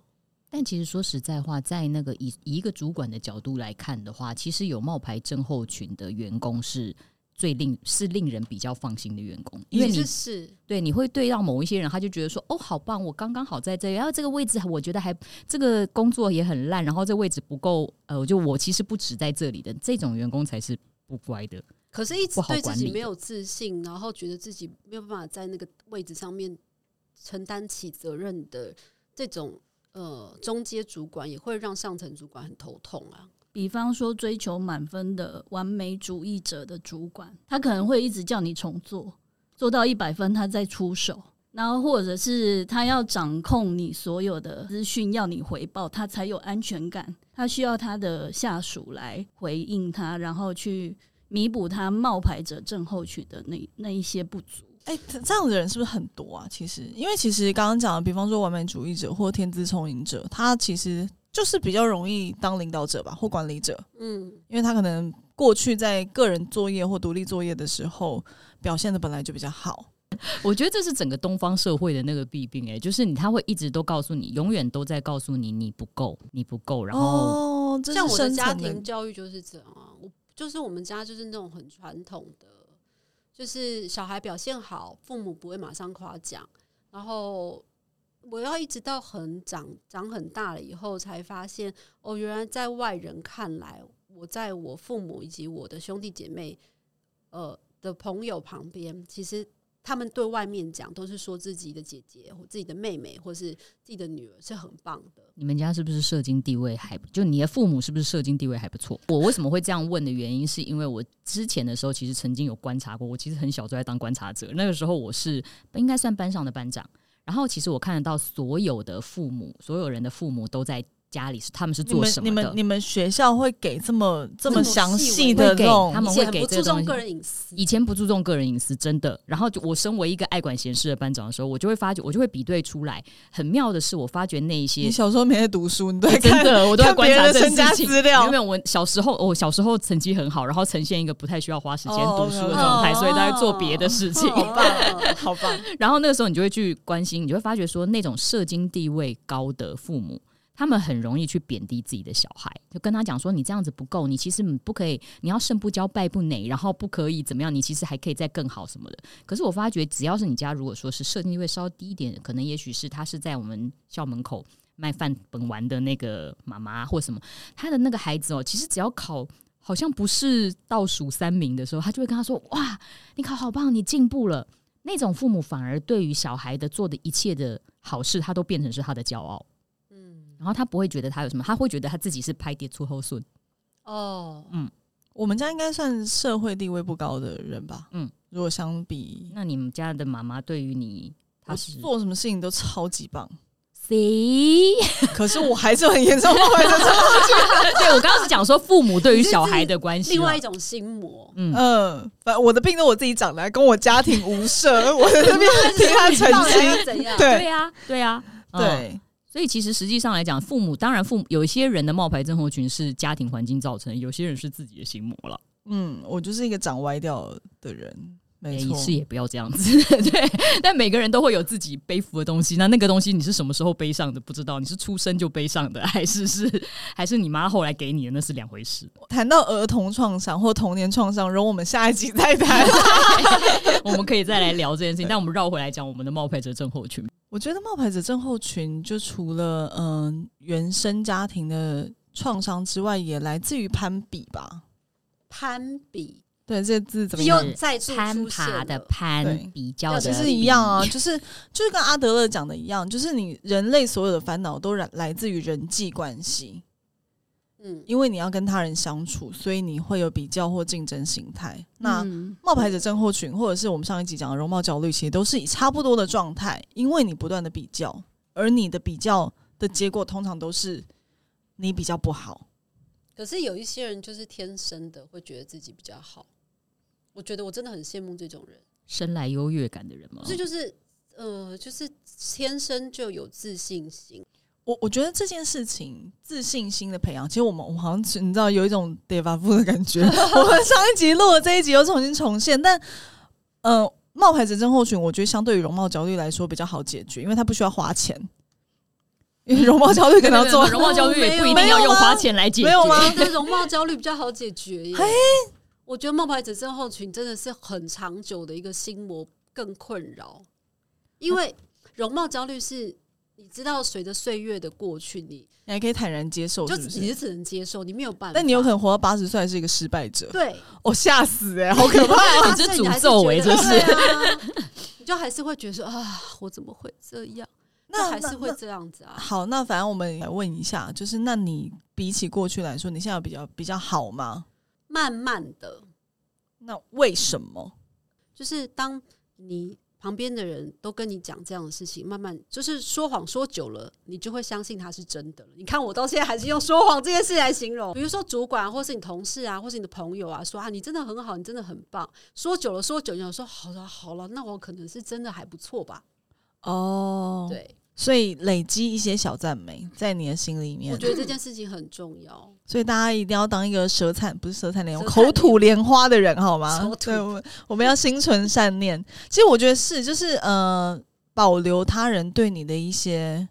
[SPEAKER 1] 但其实说实在话，在那个以以一个主管的角度来看的话，其实有冒牌症候群的员工是最令是令人比较放心的员工，因为
[SPEAKER 3] 其
[SPEAKER 1] 你
[SPEAKER 3] 实是
[SPEAKER 1] 对你会对到某一些人，他就觉得说哦，好棒，我刚刚好在这里，然后这个位置我觉得还这个工作也很烂，然后这位置不够，呃，就我其实不止在这里的这种员工才是不乖的。 (laughs)
[SPEAKER 3] 可是，一
[SPEAKER 1] 不
[SPEAKER 3] 直
[SPEAKER 1] 好
[SPEAKER 3] 对自
[SPEAKER 1] 管理
[SPEAKER 3] 己
[SPEAKER 1] 的
[SPEAKER 3] 没有自信，然后觉得自己没有办法在那个位置上面承担起责任的这种呃中阶主管，也会让上层主管很头痛啊。
[SPEAKER 4] 比方说追求满分的完美主义者的主管，他可能会一直叫你重做，做到一百分他再出手，然后或者是他要掌控你所有的资讯，要你回报，他才有安全感。他需要他的下属来回应他，然后去弥补他冒牌者症候群的那那一些不足。
[SPEAKER 2] 哎、这样的人是不是很多啊？其实，因为其实刚刚讲的，比方说完美主义者或天资聪颖者，他其实就是比较容易当领导者吧，或管理者，
[SPEAKER 3] 嗯，
[SPEAKER 2] 因为他可能过去在个人作业或独立作业的时候表现的本来就比较好。
[SPEAKER 1] 我觉得这是整个东方社会的那个弊病、哎，就是你他会一直都告诉你，永远都在告诉你你不够，你不够，然后、
[SPEAKER 2] 哦，这是
[SPEAKER 3] 像我的
[SPEAKER 2] 深
[SPEAKER 3] 家
[SPEAKER 2] 层的
[SPEAKER 3] 庭教育就是这样啊，我就是我们家就是那种很传统的，就是小孩表现好，父母不会马上夸奖，然后我要一直到很长长很大了以后，才发现哦，原来在外人看来，我在我父母以及我的兄弟姐妹，呃的朋友旁边，其实。他们对外面讲都是说自己的姐姐或自己的妹妹或是自己的女儿是很棒的，
[SPEAKER 1] 你们家是不是社经地位还就你的父母是不是社经地位还不错？我为什么会这样问的原因，是因为我之前的时候其实曾经有观察过，我其实很小就在当观察者，那个时候我是应该算班上的班长，然后其实我看得到所有的父母，所有人的父母都在家里是他们是
[SPEAKER 2] 你
[SPEAKER 1] 做
[SPEAKER 2] 们
[SPEAKER 1] 什
[SPEAKER 2] 你
[SPEAKER 1] 么
[SPEAKER 2] 们
[SPEAKER 1] 的。
[SPEAKER 2] 你们学校会给这么这么
[SPEAKER 3] 么
[SPEAKER 2] 详
[SPEAKER 3] 细
[SPEAKER 2] 细
[SPEAKER 3] 微
[SPEAKER 2] 的
[SPEAKER 1] 会
[SPEAKER 2] 这
[SPEAKER 1] 给
[SPEAKER 2] 种
[SPEAKER 1] 他们
[SPEAKER 3] 以
[SPEAKER 1] 会
[SPEAKER 3] 前
[SPEAKER 1] 给
[SPEAKER 3] 不
[SPEAKER 1] 这
[SPEAKER 3] 注
[SPEAKER 1] 个东
[SPEAKER 3] 重
[SPEAKER 1] 西
[SPEAKER 3] 个人隐私，
[SPEAKER 1] 以前不注重个人隐私，真的。然后就我身为一个爱管闲事的班长的时候，我就会发觉，我就会比对出来。很妙的是，我发觉那一些
[SPEAKER 2] 你小时候没在读书，你都在
[SPEAKER 1] 欸真
[SPEAKER 2] (laughs) 看
[SPEAKER 1] 的，我都在
[SPEAKER 2] 看
[SPEAKER 1] 观
[SPEAKER 2] 别
[SPEAKER 1] 察
[SPEAKER 2] 人
[SPEAKER 1] 这
[SPEAKER 2] 的
[SPEAKER 1] 件
[SPEAKER 2] 身家
[SPEAKER 1] 事情。
[SPEAKER 2] 资料
[SPEAKER 1] 因为我小时候，我小时候成绩很好，然后呈现一个不太需要花时间
[SPEAKER 2] 哦
[SPEAKER 1] 读书的
[SPEAKER 2] OK，OK
[SPEAKER 1] 状态，所以他
[SPEAKER 3] 哦
[SPEAKER 1] 会做别的事情。
[SPEAKER 3] 好棒
[SPEAKER 1] (laughs)
[SPEAKER 3] 哦
[SPEAKER 2] 好棒，
[SPEAKER 1] 然后那个时候，你就会去关心，你就会发觉说，那种社经地位高的父母。他们很容易去贬低自己的小孩，就跟他讲说：“你这样子不够，你其实你不可以，你要胜不骄败不馁，然后不可以怎么样，你其实还可以再更好什么的。”可是我发觉，只要是你家如果说是社经地位稍低一点，可能也许是他是在我们校门口卖饭本丸的那个妈妈或什么，他的那个孩子哦，其实只要考好像不是倒数三名的时候，他就会跟他说：“哇，你考好棒，你进步了。”那种父母反而对于小孩的做的一切的好事，他都变成是他的骄傲，
[SPEAKER 3] 嗯，
[SPEAKER 1] 然后他不会觉得他有什么，他会觉得他自己是拍碟出后顺。
[SPEAKER 3] 哦，
[SPEAKER 2] 我们家应该算社会地位不高的人吧？嗯
[SPEAKER 1] 嗯，
[SPEAKER 2] 如果相比，
[SPEAKER 1] 那你们家的妈妈对于你，
[SPEAKER 2] 我
[SPEAKER 1] 她是
[SPEAKER 2] 做什么事情都超级棒，
[SPEAKER 1] 谁？
[SPEAKER 2] 可是我还是很严重冒犯症。
[SPEAKER 1] (laughs) 对我刚刚是讲说父母对于小孩的关系嘛，啊
[SPEAKER 3] 另外一种心魔，
[SPEAKER 1] (laughs) 嗯，
[SPEAKER 2] 嗯，反正我的病都我自己长的，跟我家庭无
[SPEAKER 1] (laughs)
[SPEAKER 2] 涉，我在这边替他
[SPEAKER 3] 到
[SPEAKER 2] 澄
[SPEAKER 3] 底要
[SPEAKER 2] 清。
[SPEAKER 3] 怎样？
[SPEAKER 2] 对
[SPEAKER 1] 对呀，对呀，嗯
[SPEAKER 2] 对，
[SPEAKER 1] 所以其实实际上来讲，父母当然父母有一些人的冒牌症候群是家庭环境造成的，有些人是自己的心魔了。
[SPEAKER 2] 嗯，我就是一个长歪掉的人，没
[SPEAKER 1] 也
[SPEAKER 2] 错。
[SPEAKER 1] 是也不要这样子， (laughs) 对。但每个人都会有自己背负的东西，那那个东西你是什么时候背上的不知道，你是出生就背上的， (laughs) 还是是还是你妈后来给你的，那是两回事。 (laughs)
[SPEAKER 2] 谈到儿童创伤或童年创伤，容我们下一集再谈。
[SPEAKER 1] (laughs) 我们可以再来聊这件事情，但我们绕回来讲我们的冒牌者症候群。
[SPEAKER 2] 我觉得冒牌者症候群，就除了嗯、原生家庭的创伤之外，也来自于攀比吧。
[SPEAKER 3] 攀比
[SPEAKER 2] 对，这字怎么样？
[SPEAKER 3] 又再度
[SPEAKER 1] 攀
[SPEAKER 3] 出现
[SPEAKER 1] 爬
[SPEAKER 3] 了
[SPEAKER 1] 的攀
[SPEAKER 2] 对，
[SPEAKER 1] 比较的
[SPEAKER 2] 其实一样啊，就是就是跟阿德勒讲的一样，就是你人类所有的烦恼都来来自于人际关系，
[SPEAKER 3] 嗯，
[SPEAKER 2] 因为你要跟他人相处，所以你会有比较或竞争心态。那、
[SPEAKER 4] 嗯
[SPEAKER 2] 冒牌者症候群，或者是我们上一集讲的容貌焦虑，其实都是以差不多的状态，因为你不断的比较，而你的比较的结果通常都是你比较不好。
[SPEAKER 3] 可是有一些人就是天生的会觉得自己比较好，我觉得我真的很羡慕这种人，
[SPEAKER 1] 生来优越感的人嘛
[SPEAKER 3] 不。是就是呃，就是天生就有自信心，
[SPEAKER 2] 我我觉得这件事情自信心的培养，其实我们我好像是你知道有一种 d e v a vu 的感觉。 (laughs) 我们上一集录了这一集又重新重现，但呃，冒牌者症候群，我觉得相对于容貌焦虑来说比较好解决，因为它不需要花钱。因为容貌焦虑可能要做
[SPEAKER 1] 对对
[SPEAKER 3] 嗯
[SPEAKER 1] 对容貌焦虑也不一
[SPEAKER 2] 没
[SPEAKER 1] 定
[SPEAKER 2] 有
[SPEAKER 1] 要用
[SPEAKER 2] 吗
[SPEAKER 1] 花钱来解决，
[SPEAKER 2] 没有吗
[SPEAKER 3] 我觉得容貌焦虑比较好解决耶。我觉得冒牌者症候群真的是很长久的一个心魔，更困扰，因为容貌焦虑是你知道，随着岁月的过去，你
[SPEAKER 2] 你还可以坦然接受，
[SPEAKER 3] 就是
[SPEAKER 2] 不是
[SPEAKER 3] 你是只能接受，你没有办法。
[SPEAKER 2] 但你有可能活到八十岁还是一个失败者，
[SPEAKER 3] 对，
[SPEAKER 2] 哦，吓死哎、好可怕！
[SPEAKER 1] 你这诅咒哎，这是。
[SPEAKER 3] 是。啊你就还是会觉得说啊，我怎么会这样？ (laughs) 那还是会这样子啊。
[SPEAKER 2] 好，那反正我们来问一下，就是那你比起过去来说，你现在有比较比较好吗？
[SPEAKER 3] 慢慢的，
[SPEAKER 2] 那为什么？
[SPEAKER 3] 就是当你旁边的人都跟你讲这样的事情，慢慢就是说谎说久了，你就会相信他是真的了。你看我到现在还是用说谎这件事来形容，比如说主管啊或是你同事啊，或是你的朋友啊，说啊你真的很好，你真的很棒。说久了说久了，你想说好了好了，那我可能是真的还不错吧。
[SPEAKER 2] 哦，，
[SPEAKER 3] 对，
[SPEAKER 2] 所以累积一些小赞美在你的心里面
[SPEAKER 3] 我，觉得这件事情很重要。
[SPEAKER 2] 所以大家一定要当一个舌灿不是舌灿莲花，
[SPEAKER 3] 舌灿莲
[SPEAKER 2] 口吐莲花的人，好吗
[SPEAKER 3] 口？吐
[SPEAKER 2] 对，我们我们要心存善念。其实我觉得是，就是呃，保留他人对你的一些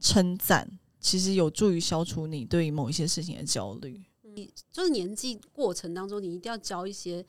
[SPEAKER 2] 称赞，其实有助于消除你对于某一些事情的焦虑。
[SPEAKER 3] 你就是年纪过程当中，你一定要交一些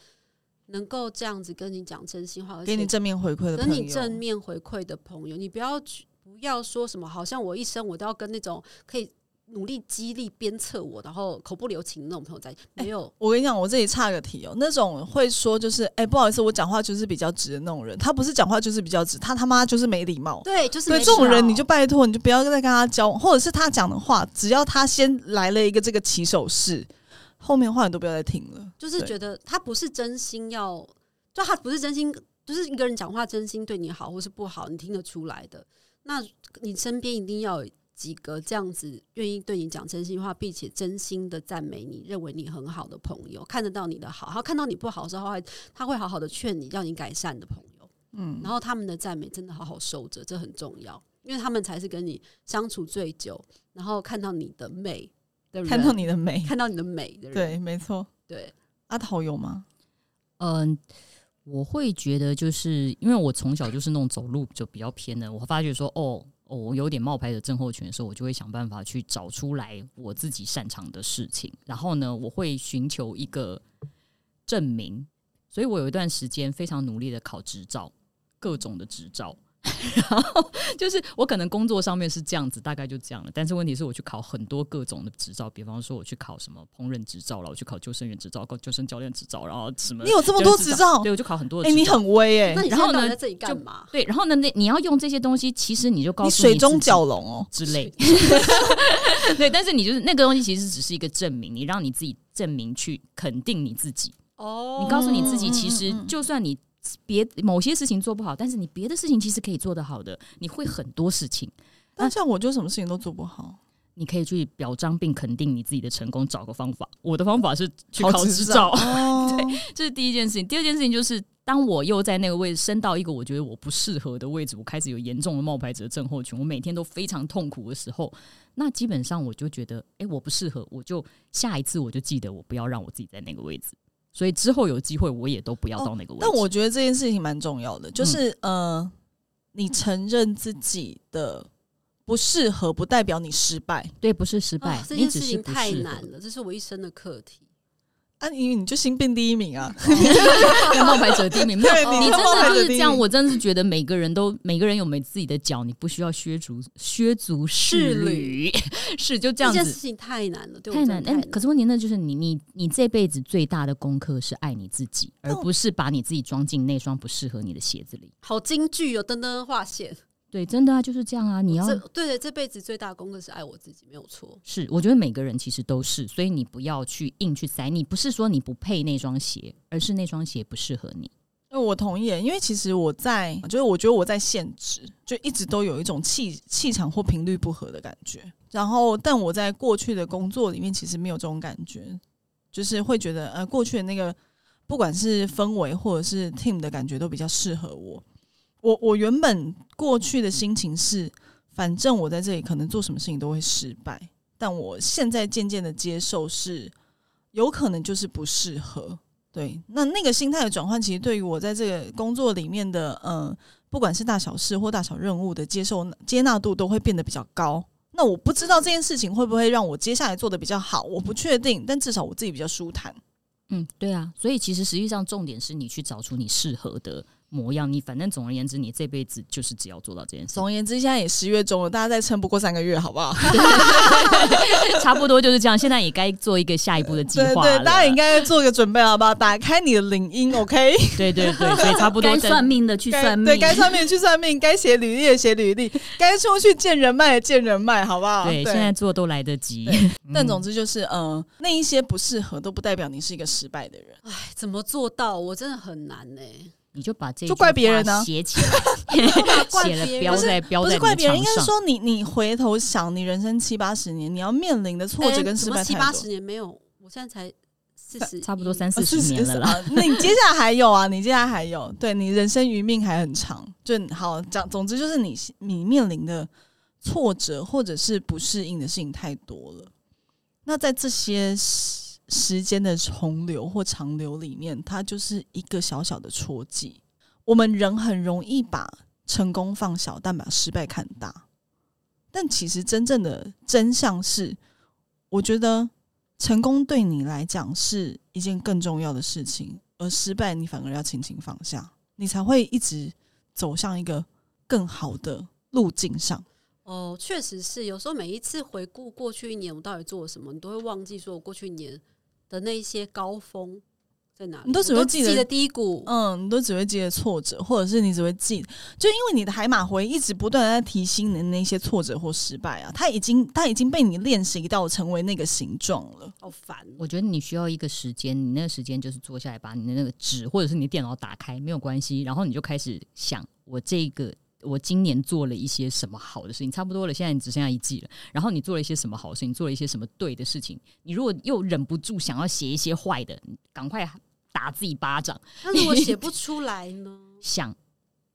[SPEAKER 3] 能够这样子跟你讲真心话，而
[SPEAKER 2] 给你
[SPEAKER 3] 且
[SPEAKER 2] 正面回馈的
[SPEAKER 3] 跟
[SPEAKER 2] 朋
[SPEAKER 3] 你正
[SPEAKER 2] 友，
[SPEAKER 3] 面回馈的朋友，你不要去不要说什么，好像我一生我都要跟那种可以努力激励鞭策我，然后口不留情的那种朋友在一起。没有，
[SPEAKER 2] 我跟你讲，我这里差个题哦。那种会说就是，哎、不好意思，我讲话就是比较直的那种人，他不是讲话就是比较直，他他妈就是没礼貌。
[SPEAKER 3] 对，就是
[SPEAKER 2] 对
[SPEAKER 3] 没
[SPEAKER 2] 这种
[SPEAKER 3] 必要
[SPEAKER 2] 人，你就拜托，你就不要再跟他交往，或者是他讲的话，只要他先来了一个这个起手式，后面的话你都不要再听了。
[SPEAKER 3] 就是
[SPEAKER 2] 对
[SPEAKER 3] 觉得他不是真心要，就他不是真心，就是一个人讲话真心对你好或是不好，你听得出来的。那你身边一定要有几个这样子愿意对你讲真心话，并且真心的赞美你，认为你很好的朋友，看得到你的好，然后看到你不好的时候，他会他会好好的劝你，让你改善的朋友。
[SPEAKER 2] 嗯，
[SPEAKER 3] 然后他们的赞美真的好好收着，这很重要，因为他们才是跟你相处最久，然后看到你的美的人，
[SPEAKER 2] 看到你的美，
[SPEAKER 3] 看到你的美的人，
[SPEAKER 2] 对，没错。
[SPEAKER 3] 对。
[SPEAKER 2] 阿桃有吗？
[SPEAKER 1] 嗯，我会觉得就是因为我从小就是那种走路就比较偏的，我发觉说哦。哦，我有点冒牌的症候群的时候，我就会想办法去找出来我自己擅长的事情，然后呢，我会寻求一个证明，所以我有一段时间非常努力的考执照，各种的执照， (laughs) 然后就是我可能工作上面是这样子，大概就这样了。但是问题是我去考很多各种的执照，比方说我去考什么烹饪执照了，我去考救生员执照，考救生教练执照，然后什么
[SPEAKER 2] 你有这么多执照？
[SPEAKER 1] 对，我就考很多的
[SPEAKER 2] 哎、
[SPEAKER 1] 执照。
[SPEAKER 2] 你很威哎、
[SPEAKER 3] 那你
[SPEAKER 1] 然后
[SPEAKER 3] 现在到底
[SPEAKER 1] 呢
[SPEAKER 3] 在这里干
[SPEAKER 1] 就
[SPEAKER 3] 嘛？
[SPEAKER 1] 对，然后呢，那你要用这些东西，其实你就告
[SPEAKER 2] 你
[SPEAKER 1] 诉
[SPEAKER 2] 水中
[SPEAKER 1] 自己
[SPEAKER 2] 蛟龙哦。
[SPEAKER 1] 之类， (laughs) 对，但是你就是那个东西，其实只是一个证明，你让你自己证明去肯定你自己，
[SPEAKER 3] 哦
[SPEAKER 1] 你告诉你自己，
[SPEAKER 2] 嗯
[SPEAKER 1] 其实
[SPEAKER 2] 嗯嗯
[SPEAKER 1] 就算你别某些事情做不好，但是你别的事情其实可以做得好的，你会很多事情，
[SPEAKER 2] 那这样我就什么事情都做不好。
[SPEAKER 1] 你可以去表彰并肯定你自己的成功，找个方法。我的方法是去考
[SPEAKER 2] 执
[SPEAKER 1] 执照，
[SPEAKER 2] 哦，
[SPEAKER 1] 这是第一件事情。第二件事情就是，当我又在那个位置升到一个我觉得我不适合的位置，我开始有严重的冒牌者症候群，我每天都非常痛苦的时候，那基本上我就觉得，诶，我不适合，我就下一次我就记得我不要让我自己在那个位置。所以之后有机会我也都不嗯要到那个位置。
[SPEAKER 2] 但我觉得这件事情蛮重要的，就是、呃，你承认自己的不适合，不代表你失败。
[SPEAKER 1] 对不是失败，
[SPEAKER 3] 啊这
[SPEAKER 1] 你
[SPEAKER 3] 件
[SPEAKER 1] 只
[SPEAKER 3] 事
[SPEAKER 1] 是
[SPEAKER 3] 情
[SPEAKER 1] 不
[SPEAKER 3] 太
[SPEAKER 1] 适合
[SPEAKER 3] 难。了，这是我一生的课题。
[SPEAKER 2] 啊，你你就新病第一
[SPEAKER 1] (laughs)
[SPEAKER 2] 名啊！
[SPEAKER 1] 冒牌 (laughs) 者第一名，没有
[SPEAKER 2] 对，
[SPEAKER 1] 哦你
[SPEAKER 2] 就
[SPEAKER 1] 真
[SPEAKER 2] 冒牌
[SPEAKER 1] 的
[SPEAKER 2] 者
[SPEAKER 1] 就是
[SPEAKER 2] 第
[SPEAKER 1] 这
[SPEAKER 2] 一
[SPEAKER 1] 样，
[SPEAKER 2] 名
[SPEAKER 1] 我真的是觉得每个人都每个人有每自己的脚，你不需要削足削足适履， (laughs) 是就这样
[SPEAKER 3] 件事
[SPEAKER 1] 子。
[SPEAKER 3] 情太难了，对我
[SPEAKER 1] 太
[SPEAKER 3] 真
[SPEAKER 1] 难，
[SPEAKER 3] 的太
[SPEAKER 1] 但可是问题那就是你你你这辈子最大的功课是爱你自己，而
[SPEAKER 2] 但我
[SPEAKER 1] 不是把你自己装进那双不适合你的鞋子里。
[SPEAKER 3] 好京剧哦，噔噔划线。
[SPEAKER 1] 对，真的啊，就是这样啊，你要
[SPEAKER 3] 这对这辈子最大的功课是爱我自己，没有错。
[SPEAKER 1] 是，我觉得每个人其实都是，所以你不要去硬去塞，你不是说你不配那双鞋，而是那双鞋不适合你。
[SPEAKER 2] 呃，我同意耶，因为其实我在，就是我觉得我在现职，就一直都有一种气气场或频率不合的感觉。然后，但我在过去的工作里面，其实没有这种感觉，就是会觉得，呃，过去的那个不管是氛围或者是 team 的感觉，都比较适合我。我我原本过去的心情是，反正我在这里可能做什么事情都会失败，但我现在渐渐的接受是，有可能就是不适合。对，那那个心态的转换，其实对于我在这个工作里面的，呃，不管是大小事或大小任务的接受接纳度，都会变得比较高。那我不知道这件事情会不会让我接下来做的比较好，我不确定，但至少我自己比较舒坦。
[SPEAKER 1] 嗯，对啊，所以其实实际上重点是你去找出你适合的模样。你反正总而言之，你这辈子就是只要做到这件事
[SPEAKER 2] 总，而言之，现在也十月中了，大家再撑不过三个月，好不好？ (laughs)
[SPEAKER 1] 差不多就是这样。现在也该做一个下一步的计
[SPEAKER 2] 对
[SPEAKER 1] 划
[SPEAKER 2] 对，大家
[SPEAKER 1] 了
[SPEAKER 2] 应该做个准备，好不好？打开你的领英，OK？
[SPEAKER 1] (laughs) 对对对，所以差不多
[SPEAKER 4] 该
[SPEAKER 1] 在
[SPEAKER 4] 算命的去
[SPEAKER 2] 该
[SPEAKER 4] 算命，
[SPEAKER 2] 对该算命去算命，该写履历的写履历，该出去见人脉的见人脉，好不好？
[SPEAKER 1] 啊对，现在做都来得及。
[SPEAKER 2] (laughs) 但
[SPEAKER 1] 嗯
[SPEAKER 2] 总之就是，呃，那一些不适合都不代表你是一个失败的人。
[SPEAKER 1] (laughs)
[SPEAKER 3] 哎，怎么做到？我真的很难呢、
[SPEAKER 1] 你就把这
[SPEAKER 2] 就怪别人啊
[SPEAKER 1] 呢写起
[SPEAKER 2] (laughs)
[SPEAKER 1] 来，写了标在标
[SPEAKER 2] 不
[SPEAKER 1] 在
[SPEAKER 2] 是
[SPEAKER 1] 你的
[SPEAKER 2] 怪别人，
[SPEAKER 1] 墙
[SPEAKER 2] 应该是
[SPEAKER 1] 上。
[SPEAKER 2] 说你你回头想，你人生七八十年，你要面临的挫
[SPEAKER 1] 哎
[SPEAKER 2] 折跟失
[SPEAKER 3] 什
[SPEAKER 2] 败
[SPEAKER 3] 哎么七
[SPEAKER 2] 太
[SPEAKER 3] 八
[SPEAKER 2] 多
[SPEAKER 3] 十。年没有，我现在才四十，
[SPEAKER 1] 差不多三
[SPEAKER 2] 啊
[SPEAKER 1] 四十年了啦，
[SPEAKER 2] 啊那你接下来还有啊？你接下来还有，对你人生余命还很长。就好讲，总之就是你你面临的挫折或者是不适应的事情太多了。那在这些时时间的洪流或长流里面，它就是一个小小的戳记。我们人很容易把成功放小，但把失败看大。但其实真正的真相是，我觉得成功对你来讲是一件更重要的事情，而失败你反而要轻轻放下，你才会一直走向一个更好的路径上。
[SPEAKER 3] 哦，确实是。有时候每一次回顾过去一年我到底做了什么，你都会忘记说我过去一年的那一些高峰在哪里，
[SPEAKER 2] 你都只会
[SPEAKER 3] 我
[SPEAKER 2] 记得
[SPEAKER 3] 得低谷。
[SPEAKER 2] 嗯，你都只会记得挫折，或者是你只会记，就因为你的海马回一直不断的在提醒你的那些挫折或失败啊，它已经它已经被你练习到成为那个形状了。
[SPEAKER 3] 好烦哦，
[SPEAKER 1] 我觉得你需要一个时间，你那个时间就是坐下来，把你的那个纸或者是你的电脑打开，没有关系，然后你就开始想，我这个我今年做了一些什么好的事情，差不多了，现在你只剩下一季了。然后你做了一些什么好事，你做了一些什么对的事情，你如果又忍不住想要写一些坏的，你赶快打自己巴掌，
[SPEAKER 3] 那如果写不出来呢？
[SPEAKER 1] (laughs) 想。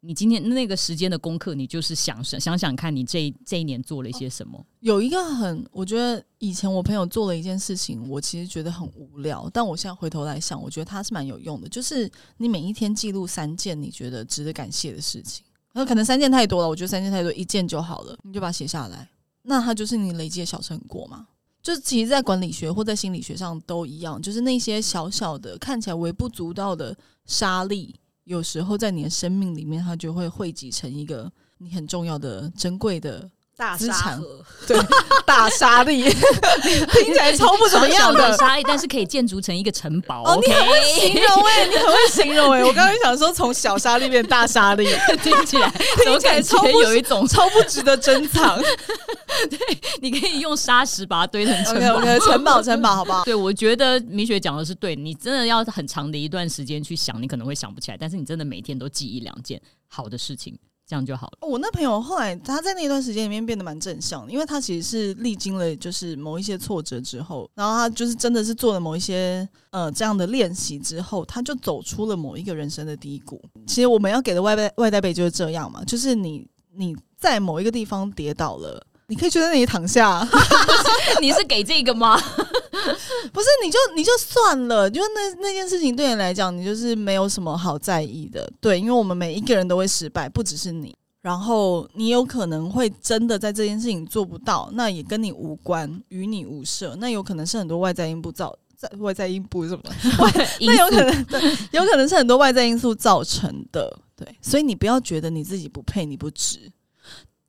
[SPEAKER 1] 你今天那个时间的功课，你就是想想想想看，你这一这一年做了一些什么？
[SPEAKER 2] 有一个很，我觉得以前我朋友做了一件事情，我其实觉得很无聊，但我现在回头来想，我觉得它是蛮有用的。就是你每一天记录三件你觉得值得感谢的事情，那可能三件太多了，我觉得三件太多，一件就好了，你就把它写下来，那它就是你累积的小成果嘛。就是其实，在管理学或在心理学上都一样，就是那些小小的、看起来微不足道的沙粒，有时候在你的生命里面，它就会汇集成一个你很重要的、珍贵的
[SPEAKER 3] 大
[SPEAKER 2] 资
[SPEAKER 3] 沙
[SPEAKER 2] 产
[SPEAKER 3] 盒，
[SPEAKER 2] 对，大沙粒，
[SPEAKER 1] (laughs)
[SPEAKER 2] 听起来哎超不怎么样
[SPEAKER 1] 小小
[SPEAKER 2] 的。
[SPEAKER 1] 沙粒，但是可以建筑成一个城堡。
[SPEAKER 2] 哦，你
[SPEAKER 1] OK
[SPEAKER 2] 很会形容哎、你很会形容哎、我刚刚想说从小沙粒变大沙粒，
[SPEAKER 1] (laughs) 听起来，我
[SPEAKER 2] 起来
[SPEAKER 1] 感
[SPEAKER 2] 超不
[SPEAKER 1] 觉有一种，
[SPEAKER 2] 超不值得珍藏。
[SPEAKER 1] (laughs) 你可以用沙石把它堆成 (laughs) 城
[SPEAKER 2] OK
[SPEAKER 1] 堡。
[SPEAKER 2] OK，城堡城堡好不好？
[SPEAKER 1] 对，我觉得米雪讲的是对，你真的要很长的一段时间去想，你可能会想不起来，但是你真的每天都记一两件好的事情，这样就
[SPEAKER 2] (laughs)
[SPEAKER 1] 好了。
[SPEAKER 2] 哦我那朋友后来他在那段时间里面变得蛮正向的，因为他其实是历经了就是某一些挫折之后，然后他就是真的是做了某一些呃这样的练习之后，他就走出了某一个人生的低谷。其实我们要给的外带外带背就是这样嘛，就是你你在某一个地方跌倒了。你可以就在那里躺下，
[SPEAKER 1] 你是给这个吗？
[SPEAKER 2] 不是你就你就算了，就那那件事情对你来讲，你就是没有什么好在意的，对，因为我们每一个人都会失败，不只是你。然后你有可能会真的在这件事情做不到，那也跟你无关，与你无涉，那有可能是很多外在因素造，在外在因素是什么？那有可能，对，有可能是很多外在因素造成的，对，所以你不要觉得你自己不配，你不值，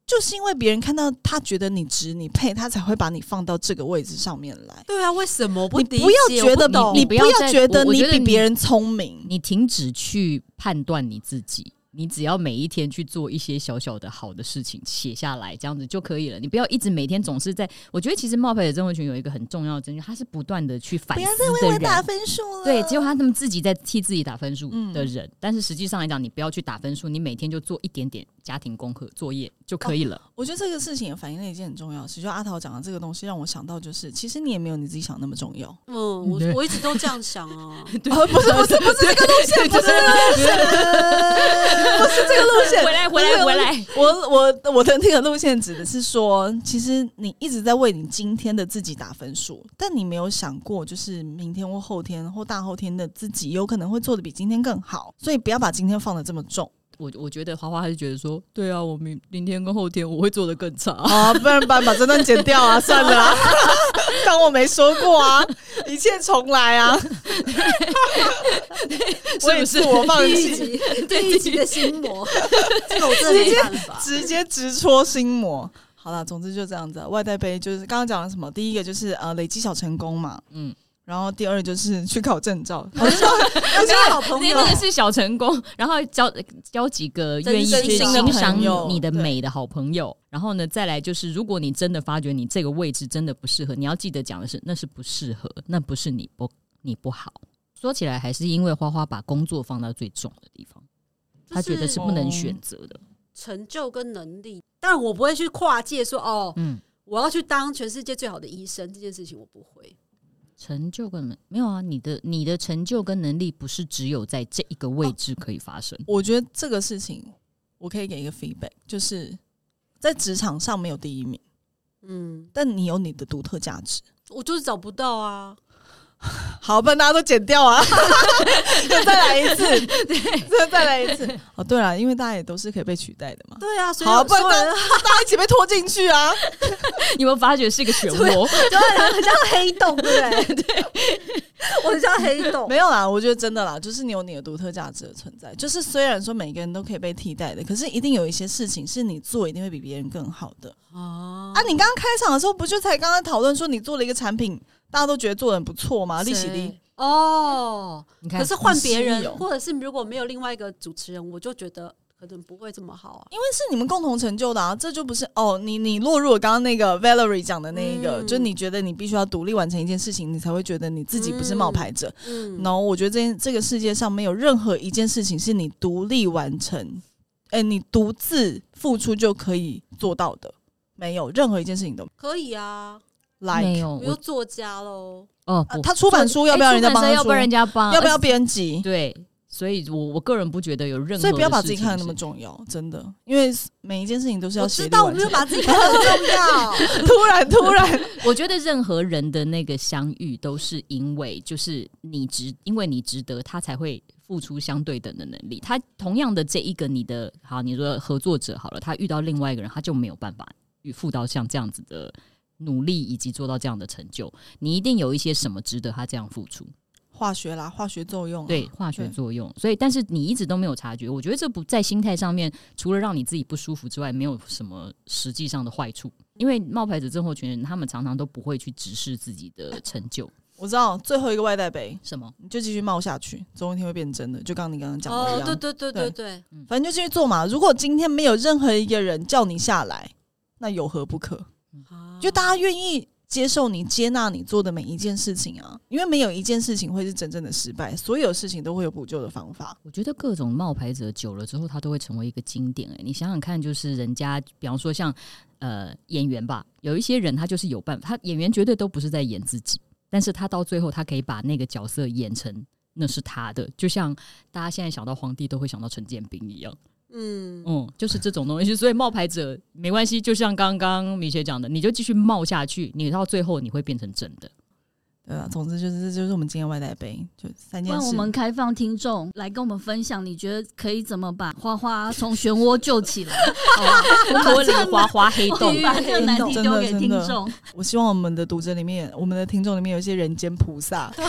[SPEAKER 2] 就是因为别人看到他觉得你值，你配，他才会把你放到这个位置上面来。
[SPEAKER 3] 对啊，为什么我不
[SPEAKER 2] 你
[SPEAKER 3] 理解？
[SPEAKER 2] 不要觉得
[SPEAKER 3] 我不懂
[SPEAKER 2] 你
[SPEAKER 1] 你
[SPEAKER 2] 不
[SPEAKER 1] 不
[SPEAKER 2] 要
[SPEAKER 1] 要再
[SPEAKER 2] 觉得
[SPEAKER 1] 我我
[SPEAKER 2] 你
[SPEAKER 1] 觉得
[SPEAKER 2] 比
[SPEAKER 1] 你
[SPEAKER 2] 别人聪明，
[SPEAKER 1] 你停止去判断你自己，你只要每一天去做一些小小的好的事情，写下来这样子就可以了。你不要一直每天总是在，我觉得其实冒牌者症候群有一个很重要的证据，他是不断的去反
[SPEAKER 2] 不
[SPEAKER 1] 思
[SPEAKER 2] 要再为
[SPEAKER 1] 的
[SPEAKER 2] 我打
[SPEAKER 1] 人。
[SPEAKER 2] 分数哦了。
[SPEAKER 1] 对，只有他们自己在替自己打分数
[SPEAKER 2] 嗯
[SPEAKER 1] 的人，但是实际上来讲，你不要去打分数，你每天就做一点点家庭功课作业就可以了。
[SPEAKER 2] 我觉得这个事情也反映了一件很重要的事，就阿桃讲的这个东西，让我想到就是，其实你也没有你自己想那么重要。
[SPEAKER 1] (laughs)
[SPEAKER 3] 嗯，我我一直都这样想啊。
[SPEAKER 2] 啊，不是不是不是这个路
[SPEAKER 1] (laughs)
[SPEAKER 2] 线，不是这个路线，不是这个路线。
[SPEAKER 1] 回来，回来，回来！
[SPEAKER 2] 我我我的那个路线指的是说，其实你一直在为你今天的自己打分数，但你没有想过，就是明天或后天或大后天的自己，有可能会做的比今天更好，所以不要把今天放的这么重
[SPEAKER 1] 我我觉得花花还是觉得说，对啊，我明明天跟后天我会做的更差。
[SPEAKER 2] 啊，不然把把这段剪掉啊，算
[SPEAKER 1] (laughs)
[SPEAKER 2] 了、啊，当我没说过啊，一切重来
[SPEAKER 1] (laughs)
[SPEAKER 2] 啊，我也
[SPEAKER 1] 是不是
[SPEAKER 2] 我放
[SPEAKER 3] 第一
[SPEAKER 2] 弃，
[SPEAKER 3] 集，第一集的心魔，这个我真的没办法。
[SPEAKER 2] 直接直戳心魔。好啦，总之就这样子啊、外带杯就是刚刚讲了什么？第一个就是呃，累积小成功嘛，
[SPEAKER 1] 嗯，
[SPEAKER 2] 然后第二就是去考
[SPEAKER 1] (laughs)
[SPEAKER 2] 证照，
[SPEAKER 3] 而且好朋
[SPEAKER 1] 那
[SPEAKER 3] 友
[SPEAKER 1] 那个是小成功，然后交交几个愿意
[SPEAKER 3] 真
[SPEAKER 1] 去
[SPEAKER 3] 心的
[SPEAKER 1] 欣赏
[SPEAKER 2] 朋友
[SPEAKER 1] 你的美的好朋友。然后呢，再来就是，如果你真的发觉你这个位置真的不适合，你要记得讲的是，那是不适合，那不是你不你不好。说起来，还是因为花花把工作放到最重的地方。他觉得是不能选择的。
[SPEAKER 3] 成就跟能力。当然，我不会去跨界说哦，
[SPEAKER 1] 嗯，
[SPEAKER 3] 我要去当全世界最好的医生这件事情，我不会。
[SPEAKER 1] 成就跟能没有啊，你的你的成就跟能力不是只有在这一个位置可以发生。
[SPEAKER 2] 我觉得这个事情我可以给一个 feedback，就是在职场上没有第一名，
[SPEAKER 3] 嗯，
[SPEAKER 2] 但你有你的独特价值。
[SPEAKER 3] 我就是找不到啊。
[SPEAKER 2] 好，不然大家都剪掉 (laughs) 啊！就再来一次，对，再来一次。哦，对了，因为大家也都是可以被取代的嘛，
[SPEAKER 3] 对啊，所以
[SPEAKER 2] 好不
[SPEAKER 3] 所
[SPEAKER 2] 然
[SPEAKER 3] 有人
[SPEAKER 2] 大家一起被拖进去啊！
[SPEAKER 1] (laughs) 你有没有发觉是一个漩涡？
[SPEAKER 3] (laughs) 就啊很很像黑洞，对不对？对，我很像黑洞。
[SPEAKER 2] (laughs) 没有啦，我觉得真的啦，就是你有你的独特价值的存在。就是虽然说每个人都可以被替代的，可是一定有一些事情是你做一定会比别人更好的。
[SPEAKER 3] 哦
[SPEAKER 2] (laughs) 啊，你刚刚开场的时候不就才刚刚讨论说你做了一个产品，大家都觉得做的很不错吗？利息低，
[SPEAKER 3] 哦，
[SPEAKER 1] (laughs) 你看，
[SPEAKER 3] 可是换
[SPEAKER 2] 很
[SPEAKER 3] 别
[SPEAKER 2] 稀
[SPEAKER 3] 人
[SPEAKER 2] 有，
[SPEAKER 3] 或者是如果没有另外一个主持人，我就觉得可能不会这么好啊。
[SPEAKER 2] 因为是你们共同成就的啊，这就不是哦，你你落入了刚刚那个 Valerie 讲的那一个，
[SPEAKER 3] 嗯
[SPEAKER 2] 就你觉得你必须要独立完成一件事情，你才会觉得你自己不是冒牌者。
[SPEAKER 3] 嗯
[SPEAKER 2] 然后我觉得这件这个世界上没有任何一件事情是你独立完成，哎，你独自付出就可以做到的，没有任何一件事情都
[SPEAKER 3] 可以啊，
[SPEAKER 1] 没
[SPEAKER 2] like。
[SPEAKER 1] 有
[SPEAKER 3] 比如
[SPEAKER 1] 我
[SPEAKER 3] 作家喽，
[SPEAKER 1] 哦
[SPEAKER 2] 啊
[SPEAKER 1] 不，
[SPEAKER 2] 他出版书要不要人家
[SPEAKER 1] 哎出
[SPEAKER 2] 帮哎
[SPEAKER 1] 版社
[SPEAKER 2] 他
[SPEAKER 1] 要不
[SPEAKER 2] 出
[SPEAKER 1] 要？人家帮？
[SPEAKER 2] 要不要编辑？
[SPEAKER 1] 对，所以我我个人不觉得有任何，
[SPEAKER 2] 所以不要把自己看得那么。重要，真的，因为每一件事情都是要
[SPEAKER 3] 我知
[SPEAKER 2] 协力
[SPEAKER 3] 道我
[SPEAKER 2] 完
[SPEAKER 3] 没有
[SPEAKER 2] 成的
[SPEAKER 3] 把自己看得很重要。
[SPEAKER 2] 突然突然，
[SPEAKER 1] 我觉得任何人的那个相遇，都是因为就是你值，因为你值得，他才会付出相对等的能力。他同样的这一个你的好，你说合作者好了，他遇到另外一个人，他就没有办法与付到像这样子的努力，以及做到这样的成就。你一定有一些什么值得他这样付出。
[SPEAKER 2] 化学啦，化学作用、啊，
[SPEAKER 1] 对化学
[SPEAKER 2] 对
[SPEAKER 1] 作用，所以但是你一直都没有察觉，我觉得这不在心态上面，除了让你自己不舒服之外，没有什么实际上的坏处。因为冒牌者症候群人，他们常常都不会去直视自己的成就，
[SPEAKER 2] 我知道最后一个外带杯，
[SPEAKER 1] 什么
[SPEAKER 2] 你就继续冒下去，总有一天会变真的，就刚刚你刚刚讲的
[SPEAKER 3] 哦，
[SPEAKER 2] (laughs) 一样，
[SPEAKER 3] 对对对对对，
[SPEAKER 2] 反正就继续做嘛。如果今天没有任何一个人叫你下来，那有何不可？
[SPEAKER 4] 嗯
[SPEAKER 3] 啊
[SPEAKER 2] 就大家愿意接受你、接纳你做的每一件事情啊，因为没有一件事情会是真正的失败，所有事情都会有补救的方法。
[SPEAKER 1] 我觉得各种冒牌者久了之后，他都会成为一个经典、欸。你想想看，就是人家，比方说像呃演员吧，有一些人他就是有办法，他演员绝对都不是在演自己，但是他到最后他可以把那个角色演成那是他的，就像大家现在想到皇帝都会想到陈建斌一样，
[SPEAKER 3] 嗯，
[SPEAKER 1] 嗯，就是这种东西。所以冒牌者没关系，就像刚刚米雪讲的，你就继续冒下去，你到最后你会变成真的。
[SPEAKER 2] 对啊，总之就是这就是我们今天外带杯，就三
[SPEAKER 4] 不
[SPEAKER 2] 件
[SPEAKER 4] 然
[SPEAKER 2] 事。
[SPEAKER 4] 我们开放听众来跟我们分享，你觉得可以怎么把花花从漩涡救起来？
[SPEAKER 1] 脱离花花黑
[SPEAKER 4] 我
[SPEAKER 1] 洞
[SPEAKER 4] 们， (laughs) 把这个难题丢给听众。
[SPEAKER 2] 我希望我们的读者里面，我们的听众里面有一些人间菩萨。 (laughs)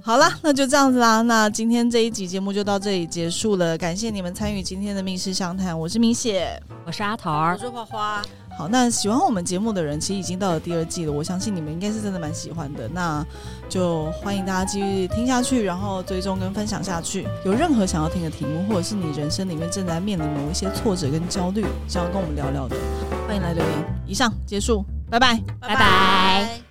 [SPEAKER 2] 好啦，那就这样子啦。那今天这一集节目就到这里结束了，感谢你们参与今天的密室相谈，我是明雪。
[SPEAKER 1] 我是阿桃
[SPEAKER 3] 我
[SPEAKER 1] 儿，
[SPEAKER 3] 说花花，
[SPEAKER 2] 好，那喜欢我们节目的人，其实已经到了第二季了，我相信你们应该是真的蛮喜欢的。那就欢迎大家继续听下去，然后追踪跟分享下去。有任何想要听的题目，或者是你人生里面正在面临某一些挫折跟焦虑，想要跟我们聊聊的，欢迎来留言。以上结束，拜拜。
[SPEAKER 1] 拜拜。